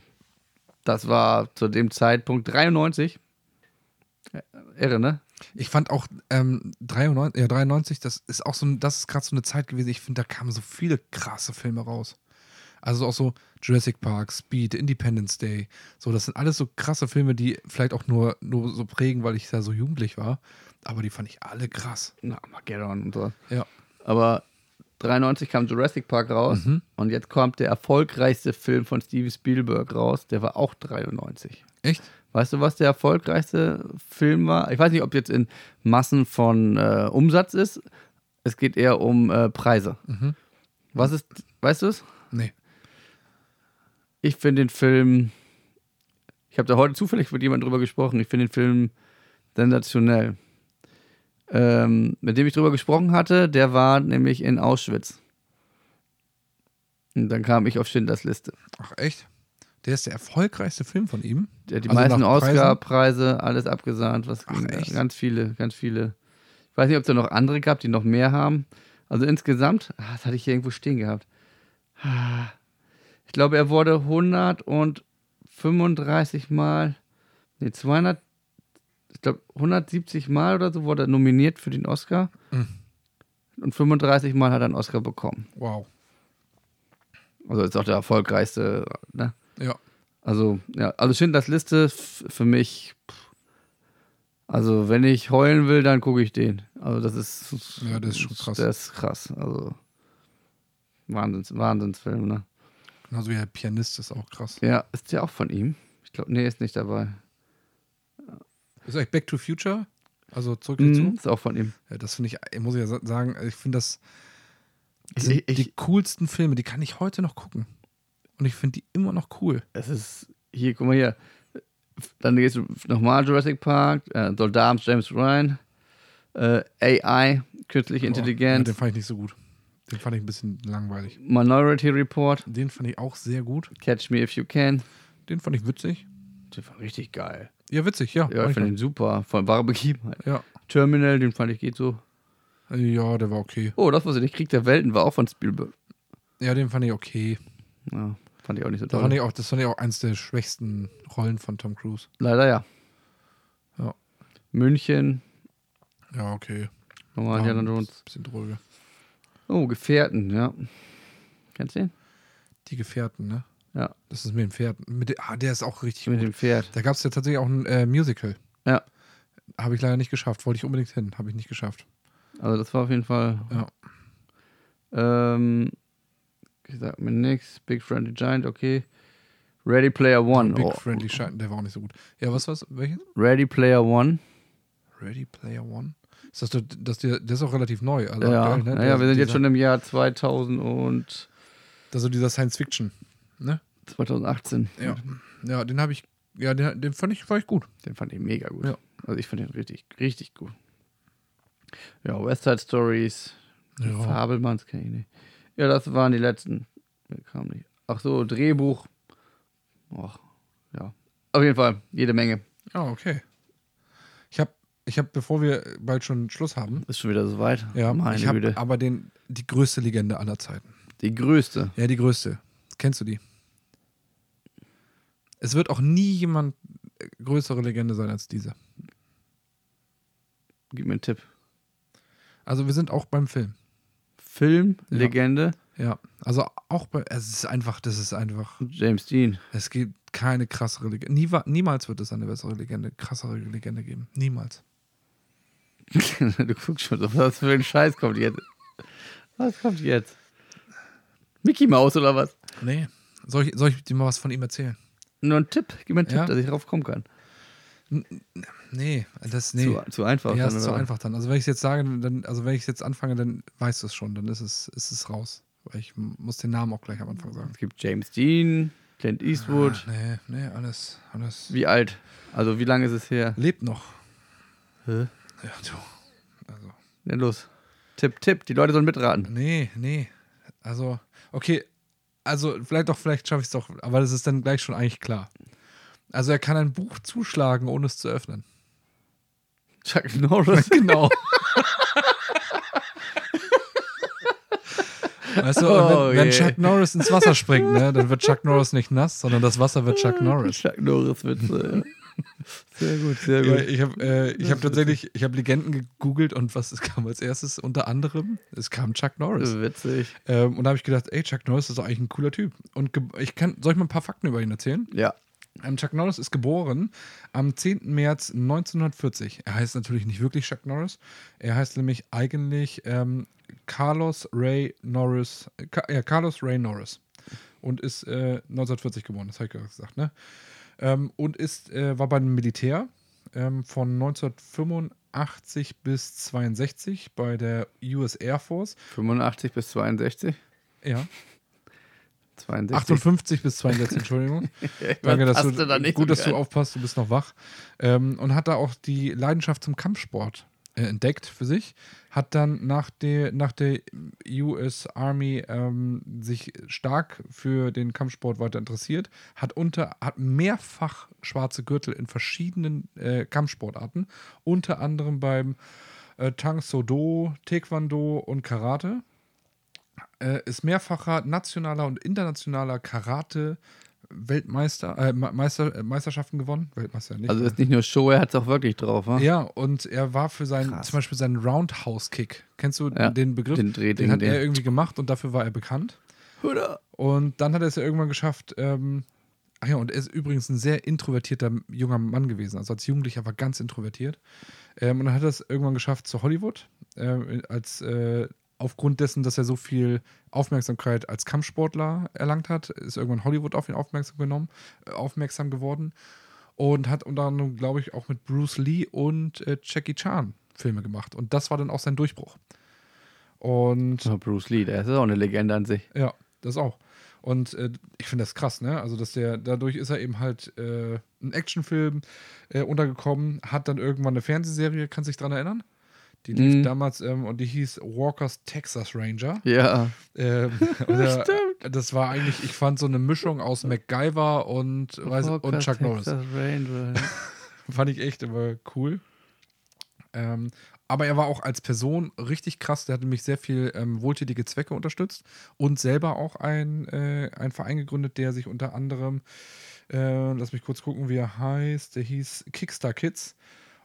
A: das war zu dem Zeitpunkt 93. Ja, Irre, ne?
B: Ich fand auch ähm, 93, ja, 93, das ist auch so, ein- das ist gerade so eine Zeit gewesen. Ich finde, da kamen so viele krasse Filme raus. Also auch so Jurassic Park, Speed, Independence Day. So, das sind alles so krasse Filme, die vielleicht auch nur, nur so prägen, weil ich da so jugendlich war. Aber die fand ich alle krass.
A: Na, Armageddon und so.
B: Ja.
A: Aber 93 kam Jurassic Park raus und jetzt kommt der erfolgreichste Film von Steven Spielberg raus. Der war auch 93.
B: Echt?
A: Weißt du, was der erfolgreichste Film war? Ich weiß nicht, ob jetzt in Massen von äh, Umsatz ist. Es geht eher um äh, Preise.
B: Mhm.
A: Was ist, weißt du es?
B: Nee.
A: Ich finde den Film, ich habe da heute zufällig mit jemandem drüber gesprochen, ich finde den Film sensationell. Ähm, mit dem ich drüber gesprochen hatte, der war nämlich in Auschwitz. Und dann kam ich auf Schindlers Liste.
B: Ach, echt? Der ist der erfolgreichste Film von ihm.
A: Der hat die
B: Also
A: meisten
B: nach Preisen?
A: Oscar-Preise, alles abgesahnt, was
B: Ach, echt?
A: ganz viele, ganz viele. Ich weiß nicht, ob es da noch andere gab, die noch mehr haben. Also insgesamt, ah, das hatte ich hier irgendwo stehen gehabt. Ah, Ich glaube, er wurde 135 Mal, nee, 200, ich glaube 170 Mal oder so wurde er nominiert für den Oscar.
B: Mhm.
A: Und 35 Mal hat er einen Oscar bekommen.
B: Wow.
A: Also ist auch der erfolgreichste, ne?
B: Ja.
A: Also, ja, also Schindlers Liste f- für mich pff, Also, wenn ich heulen will, dann gucke ich den. Also, das ist.
B: Ja, das ist schon krass.
A: Das ist krass. Also, Wahnsinns, Wahnsinnsfilm, ne?
B: Genauso wie der Pianist ist auch krass.
A: Ja, ist der auch von ihm? Ich glaube, nee, ist nicht dabei.
B: Ist euch Back to Future? Also zurück
A: Mhm,
B: dazu?
A: ist auch von ihm.
B: Ja, Äh, das finde ich, muss ich ja sa- sagen, äh, ich finde das
A: Ich-
B: sind
A: ich-
B: die coolsten Filme, die kann ich heute noch gucken. Und ich finde die immer noch cool.
A: Es ist. Hier, guck mal hier. Dann gehst du nochmal Jurassic Park, äh, Soldat James Ryan, äh, AI, künstliche
B: Oh, Ja,
A: Intelligenz,
B: den fand ich nicht so gut. Den fand ich ein bisschen langweilig.
A: Minority Report,
B: Den fand ich auch sehr gut.
A: Catch Me If You Can.
B: Den fand ich witzig.
A: Der war richtig geil.
B: Ja, witzig, ja.
A: Ja, ich fand den super. Von wahre Begebenheit.
B: ja.
A: Terminal, den fand ich geht so.
B: Äh, ja, der war okay.
A: Oh, das, was ich nicht Krieg der Welten war, auch von Spielberg.
B: Ja, den fand ich okay.
A: Ja, fand ich auch nicht so
B: Da
A: toll.
B: fand ich auch, das fand ich auch eins der schwächsten Rollen von Tom Cruise.
A: Leider ja.
B: Ja.
A: München,
B: Ja, okay.
A: nochmal
B: Ja,
A: Indiana Jones.
B: Bisschen dröge.
A: Oh, Gefährten, ja. Kennst du den?
B: Die Gefährten, ne?
A: Ja,
B: Das ist mit dem Pferd. Mit de ah, der ist auch richtig
A: mit
B: gut.
A: dem Pferd.
B: Da gab es ja tatsächlich auch ein äh, Musical.
A: Ja,
B: Habe ich leider nicht geschafft. Wollte ich unbedingt hin. Habe ich nicht geschafft.
A: also das war auf jeden Fall.
B: Ja.
A: Ähm, ich sag mir nix. Big Friendly Giant, okay. Ready Player One.
B: Big
A: Oh,
B: Friendly Shine, der war auch nicht so gut. Ja, was war's? Welches?
A: Ready Player One.
B: Ready Player One? Ist das, das, das, der ist auch relativ neu. Also
A: ja,
B: aktuell, ne?
A: naja,
B: Der-
A: wir sind
B: dieser,
A: jetzt schon im Jahr 2000 und
B: Also dieser Science Fiction. Ne?
A: 2018.
B: Ja. Ja, den habe ich. Ja, den, den fand ich, war ich gut.
A: Den fand ich mega gut.
B: Ja.
A: Also ich fand den richtig, richtig gut. Ja, West Side Stories, die Fabelmanns kenne ich nicht. Ja, das waren die letzten. Mir Kam nicht. Ach so, Drehbuch. Och, ja. Auf jeden Fall, jede Menge.
B: Ja, okay. Ich habe, ich hab, bevor wir bald schon Schluss haben,
A: Ist schon wieder soweit.
B: ja,
A: meine
B: ich habe
A: Güte.
B: aber den, die größte Legende aller Zeiten.
A: Die größte.
B: Ja, die größte. Kennst du die? Es wird auch nie jemand äh, größere Legende sein als diese.
A: Gib mir einen Tipp.
B: Also wir sind auch beim Film.
A: Film,
B: Ja.
A: Legende,
B: Ja, also auch bei, es ist einfach, das ist einfach,
A: James Dean.
B: es gibt keine krassere Legende. Nie, wa- niemals wird es eine bessere Legende, krassere Legende geben. Niemals.
A: du guckst schon, so, was für ein Scheiß kommt jetzt. Was kommt jetzt? Mickey Mouse oder was?
B: Nee. Soll ich, soll ich dir mal was von ihm erzählen?
A: Nur ein Tipp. Gib mir einen Tipp,
B: Ja.
A: dass ich drauf kommen kann.
B: Nee, das, nee.
A: Zu, zu einfach.
B: ja,
A: dann,
B: ist zu
A: oder?
B: einfach dann. Also wenn ich es jetzt sage, dann, also wenn ich es jetzt anfange, dann weißt du es schon, dann ist es, ist es raus. Weil ich muss den Namen auch gleich am Anfang sagen.
A: Es gibt James Dean, Clint Eastwood.
B: Ah, Nee, nee, alles, alles.
A: Wie alt? Also wie lange ist es her?
B: Lebt noch.
A: Hä?
B: Ja, du. Also.
A: Ja, los. Tipp, Tipp. Die Leute sollen mitraten.
B: Nee, nee. Also, okay. Also, vielleicht doch, vielleicht schaffe ich es doch, aber das ist dann gleich schon eigentlich klar. Also, er kann ein Buch zuschlagen, ohne es zu öffnen.
A: Chuck Norris.
B: Genau. Weißt du, und
A: Oh,
B: wenn, wenn
A: je.
B: Chuck Norris ins Wasser springt, ne, dann wird Chuck Norris nicht nass, sondern das Wasser wird Chuck Norris.
A: Chuck Norris Witze. sehr gut, sehr
B: Ja,
A: gut.
B: ich habe äh, ich hab tatsächlich, ich habe Legenden gegoogelt und was es kam als erstes? Unter anderem, es kam Chuck Norris.
A: Witzig.
B: Ähm, und da habe ich gedacht, ey, Chuck Norris ist doch eigentlich ein cooler Typ. Und ge- ich kann, soll ich mal ein paar Fakten über ihn erzählen?
A: Ja.
B: Ähm, Chuck Norris ist geboren am 10. März 1940. Er heißt natürlich nicht wirklich Chuck Norris. Er heißt nämlich eigentlich ähm, Carlos Ray Norris. äh, Ka ja, Carlos Ray Norris. Und ist äh, 1940 geboren, das habe ich gerade gesagt, ne? Ähm, und ist, äh, war beim Militär ähm, von 1985 bis 62 bei der US Air Force.
A: 85 bis 62.
B: Ja,
A: 62.
B: 58 bis 62, Entschuldigung. Danke, dass
A: passte
B: du,
A: da nicht
B: gut,
A: so
B: dass du
A: geil.
B: aufpasst, du bist noch wach. Ähm, und hat da auch die Leidenschaft zum Kampfsport äh, entdeckt für sich. Hat dann nach der, nach der US Army ähm, sich stark für den Kampfsport weiter interessiert. Hat, unter, hat mehrfach schwarze Gürtel in verschiedenen äh, Kampfsportarten. Unter anderem beim äh, Tang Do, Taekwondo und Karate äh, ist mehrfacher nationaler und internationaler Karate Weltmeister äh, Me- Meister, äh, Meisterschaften gewonnen. Weltmeister nicht. ne?
A: Also ist nicht nur Show, er hat es auch wirklich drauf. wa?
B: ja, und er war für seinen,
A: Krass.
B: zum Beispiel seinen Roundhouse-Kick. Kennst du
A: Ja,
B: den Begriff?
A: den Dreh-
B: den hat
A: den-
B: er irgendwie gemacht und dafür war er bekannt.
A: Oder?
B: Und dann hat er es ja irgendwann geschafft, ähm, Ach ja, und er ist übrigens ein sehr introvertierter junger Mann gewesen. Also als Jugendlicher war ganz introvertiert. Ähm, und dann hat er es irgendwann geschafft zu Hollywood, ähm, als äh, aufgrund dessen, dass er so viel Aufmerksamkeit als Kampfsportler erlangt hat, ist irgendwann Hollywood auf ihn aufmerksam genommen, äh, aufmerksam geworden und hat unter anderem, glaube ich, auch mit Bruce Lee und äh, Jackie Chan Filme gemacht. Und das war dann auch sein Durchbruch. Und
A: Oh, Bruce Lee, der ist auch eine Legende an sich.
B: ja, das auch. Und äh, ich finde das krass, ne? Also, dass der, dadurch ist er eben halt äh, ein Actionfilm äh, untergekommen, hat dann irgendwann eine Fernsehserie, kannst du dich dran erinnern? Die lief
A: Mhm.
B: damals ähm, und die hieß Walker's Texas Ranger.
A: Ja.
B: Ähm, oder, das war eigentlich, ich fand so eine Mischung aus MacGyver und, weiß, und Chuck Norris.
A: Norris.
B: Fand ich echt immer cool. Ähm, aber er war auch als Person richtig krass. Der hat nämlich sehr viel ähm, wohltätige Zwecke unterstützt und selber auch ein, äh, einen Verein gegründet, der sich unter anderem, äh, lass mich kurz gucken, wie er heißt, der hieß Kickstar Kids.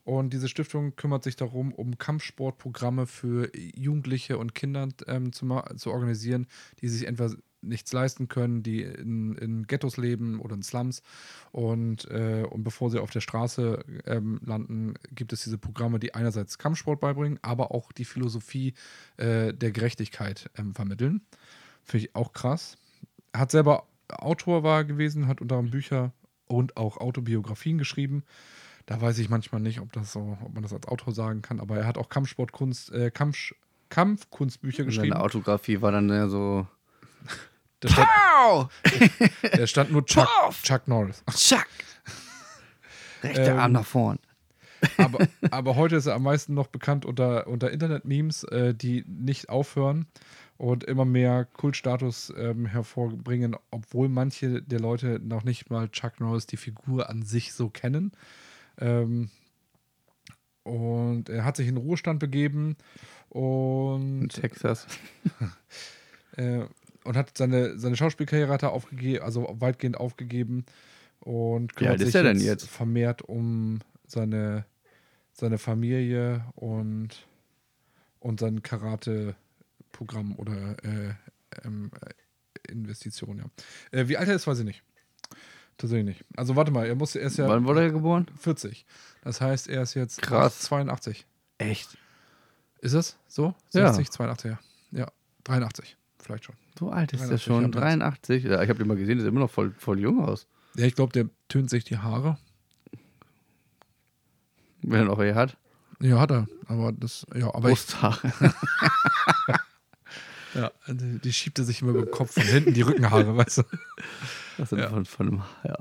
B: Und diese Stiftung kümmert sich darum, um Kampfsportprogramme für Jugendliche und Kinder ähm, zu, ma- zu organisieren, die sich entweder nichts leisten können, die in, in Ghettos leben oder in Slums. Und, äh, und bevor sie auf der Straße ähm, landen, gibt es diese Programme, die einerseits Kampfsport beibringen, aber auch die Philosophie äh, der Gerechtigkeit ähm, vermitteln. Finde ich auch krass. Hat selber Autor war gewesen, hat unter anderem Bücher und auch Autobiografien geschrieben. Da weiß ich manchmal nicht, ob, das so, ob man das als Autor sagen kann, aber er hat auch Kampfsportkunst, äh, Kampf, Kampfkunstbücher geschrieben.
A: Seine Autografie war dann ja so.
B: Da stand, da stand nur Chuck,
A: Puff!
B: Chuck Norris.
A: Chuck! Rechter
B: Ähm,
A: Arm nach vorn.
B: aber, aber heute ist er am meisten noch bekannt unter, unter Internet-Memes, äh, die nicht aufhören und immer mehr Kultstatus ähm, hervorbringen, obwohl manche der Leute noch nicht mal Chuck Norris die Figur an sich so kennen. Ähm, und er hat sich in den Ruhestand begeben
A: In
B: und
A: Texas.
B: äh, und hat seine, seine Schauspielkarriere hat er aufgegeben, also weitgehend aufgegeben und
A: Wie alt ist er denn jetzt?
B: vermehrt um seine, seine Familie und, und sein Karate-Programm oder äh, ähm, äh, Investition, ja. Äh, wie alt er ist, weiß ich nicht. Tatsächlich nicht. Also warte mal, er muss er ist ja
A: Wann wurde er geboren?
B: 40. Das heißt, er ist jetzt
A: Krass.
B: 82.
A: Echt?
B: Ist es so?
A: Ja.
B: 60, 82, ja. Ja, 83, vielleicht schon.
A: So alt ist er
B: 83,
A: schon.
B: ich hab
A: 83. Ja, ich habe den mal gesehen, der sieht immer noch voll, voll jung aus.
B: Ja, ich glaube, der tönt sich die Haare.
A: Wenn er noch eh hat.
B: Ja, hat er. Aber das, ja, aber ich,
A: Brusthaare.
B: ja, die die schiebt er sich immer über den Kopf von hinten die Rückenhaare, weißt du?
A: Das sind
B: Ja.
A: von, von einem, ja.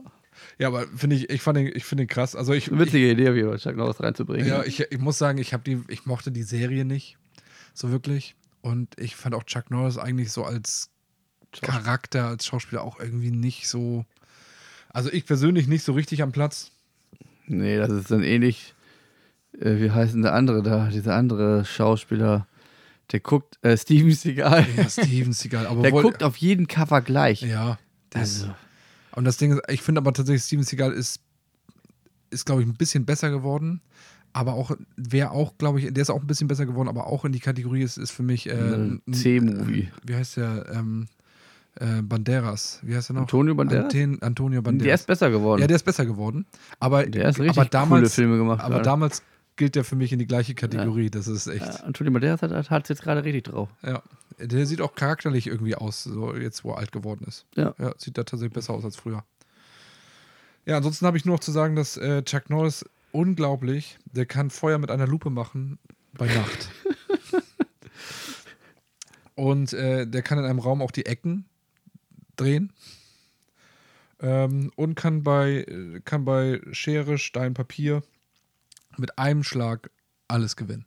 B: Ja, aber finde ich, ich fand den, ich finde den krass. Also ich,
A: Eine
B: ich
A: witzige Idee, wie wir Chuck Norris reinzubringen.
B: ja, ich, ich muss sagen, ich habe die, ich mochte die Serie nicht so wirklich. Und ich fand auch Chuck Norris eigentlich so als Charakter, als Schauspieler auch irgendwie nicht so. Also ich persönlich nicht so richtig am Platz.
A: Nee, das ist dann ähnlich. Äh, wie heißt denn der andere da? Dieser andere Schauspieler, der guckt, äh, Steven Seagal.
B: Ja, Steven Seagal. Aber
A: Der
B: wohl-
A: guckt auf jeden Cover gleich.
B: Ja. der ist-
A: Also,
B: Und das Ding ist, ich finde aber tatsächlich, Steven Seagal ist, ist glaube ich, ein bisschen besser geworden. Aber auch, wer auch, glaube ich, der ist auch ein bisschen besser geworden, aber auch in die Kategorie ist, ist für mich. Äh,
A: Ein
B: n-
A: C-Movie.
B: Wie heißt der? Ähm, äh, Banderas. Wie heißt der noch?
A: Antonio Banderas?
B: Anten, Antonio
A: der ist
B: Banderas.
A: besser geworden.
B: ja, der ist besser geworden. Aber,
A: Der ist richtig
B: aber damals,
A: coole Filme gemacht.
B: Aber
A: gerade.
B: damals gilt der für mich in die gleiche Kategorie. Das ist echt.
A: ja, Äh, Antonio Banderas hat hat es jetzt gerade richtig drauf.
B: Ja, der sieht auch charakterlich irgendwie aus, so jetzt wo er alt geworden ist.
A: Ja.
B: sieht da tatsächlich besser aus als früher. Ja, ansonsten habe ich nur noch zu sagen, dass äh, Chuck Norris unglaublich, der kann Feuer mit einer Lupe machen bei Nacht. Und äh, der kann in einem Raum auch die Ecken drehen. Ähm, und kann bei, äh, kann bei Schere, Stein, Papier mit einem Schlag alles gewinnen.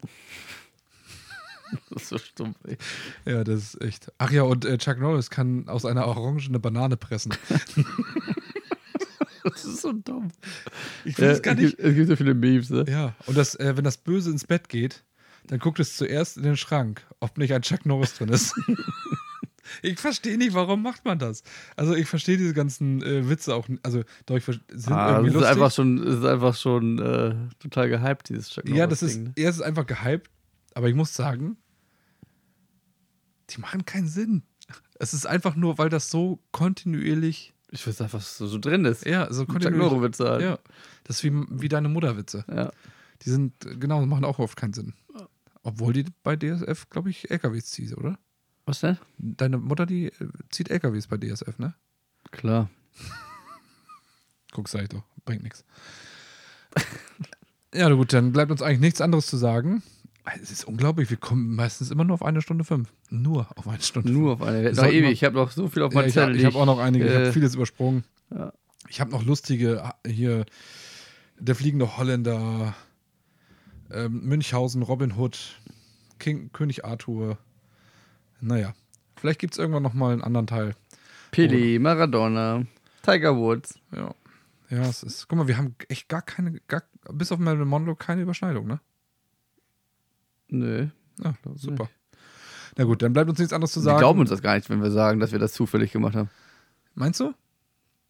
A: Das ist so stumpf, ey.
B: Ja, das ist echt. Ach ja, und äh, Chuck Norris kann aus einer Orange eine Banane pressen.
A: Das ist so dumm.
B: Ich
A: Ja, es, gibt, es gibt so viele Memes, ne?
B: Äh, Ja, und das, äh, wenn das Böse ins Bett geht, dann guckt es zuerst in den Schrank, ob nicht ein Chuck Norris drin ist. ich verstehe nicht, warum macht man das? Also, ich verstehe diese ganzen äh, Witze auch. n- Also, doch, ich ver- sind
A: Ah, das
B: irgendwie
A: ist
B: lustig.
A: einfach schon, das ist einfach schon äh, total gehypt, dieses Chuck
B: ja, das ist,
A: Norris-Ding, ne?
B: ja, es ist einfach gehypt, aber ich muss sagen, die machen keinen Sinn. Es ist einfach nur, weil das so kontinuierlich
A: Ich weiß einfach, was so drin ist.
B: Ja, so
A: Chuck
B: kontinuierlich.
A: Norowitz halt.
B: Ja. Das ist wie, wie deine Mutterwitze.
A: Ja.
B: Die sind, genau, machen auch oft keinen Sinn. Obwohl die bei DSF, glaube ich, LKWs zieht, oder?
A: Was denn?
B: Deine Mutter, die äh, zieht LKWs bei DSF, ne?
A: Klar.
B: Guck, sag ich doch. Bringt nichts. Ja, na gut, dann bleibt uns eigentlich nichts anderes zu sagen. Es ist unglaublich, wir kommen meistens immer nur auf eine Stunde fünf. Nur auf eine Stunde
A: Nur auf eine.
B: Wir
A: Noch
B: sollten
A: ewig.
B: mal-
A: Ich habe noch so viel auf
B: Ja,
A: meinem
B: Äh, ich
A: Zettel.
B: habe hab auch noch einige, ich
A: äh,
B: habe vieles übersprungen.
A: ja.
B: Ich habe noch lustige, ah, hier, der fliegende Holländer, ähm, Münchhausen, Robin Hood, King, König Arthur. Naja, vielleicht gibt es irgendwann nochmal einen anderen Teil.
A: Pili, Maradona, Tiger Woods.
B: Ja. Ja, es ist. Guck mal, wir haben echt gar keine, gar, bis auf Marilyn Monroe keine Überschneidung, ne?
A: Nö.
B: Ja, super. Na gut, dann bleibt uns nichts anderes zu
A: Die
B: sagen.
A: glauben uns das gar nicht, wenn wir sagen, dass wir das zufällig gemacht haben.
B: Meinst du?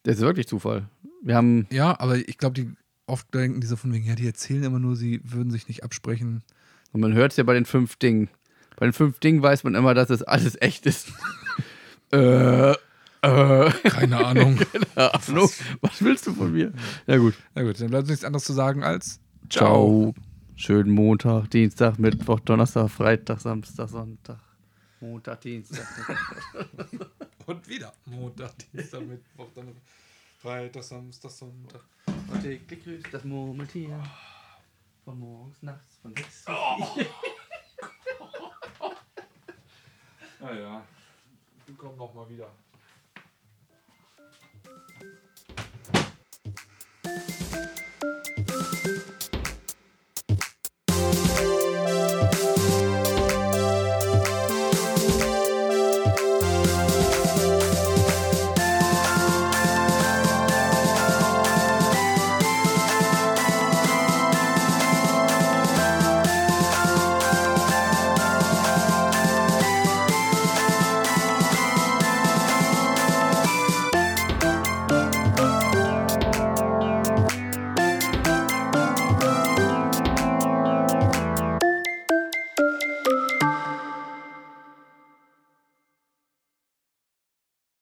A: Das ist wirklich Zufall. Wir haben
B: Ja, aber ich glaube, die oft denken diese von wegen, ja, die erzählen immer nur, sie würden sich nicht absprechen.
A: Und man hört es ja bei den fünf Dingen. Bei den fünf Dingen weiß man immer, dass es alles echt ist. äh, äh, keine
B: Keine Ahnung.
A: Ahnung. Was willst du von mir? Ja, gut.
B: Na gut, dann bleibt uns nichts anderes zu sagen als
A: Ciao. Schönen Montag, Dienstag, Mittwoch, Donnerstag, Freitag, Samstag, Sonntag. Montag, Dienstag.
B: Und wieder Montag, Dienstag, Mittwoch, Donnerstag, Freitag, Samstag, Sonntag.
A: Heute gegrüßt das Murmeltier. Von morgens, nachts, von sechs.
B: Naja, Ah wir kommen nochmal wieder.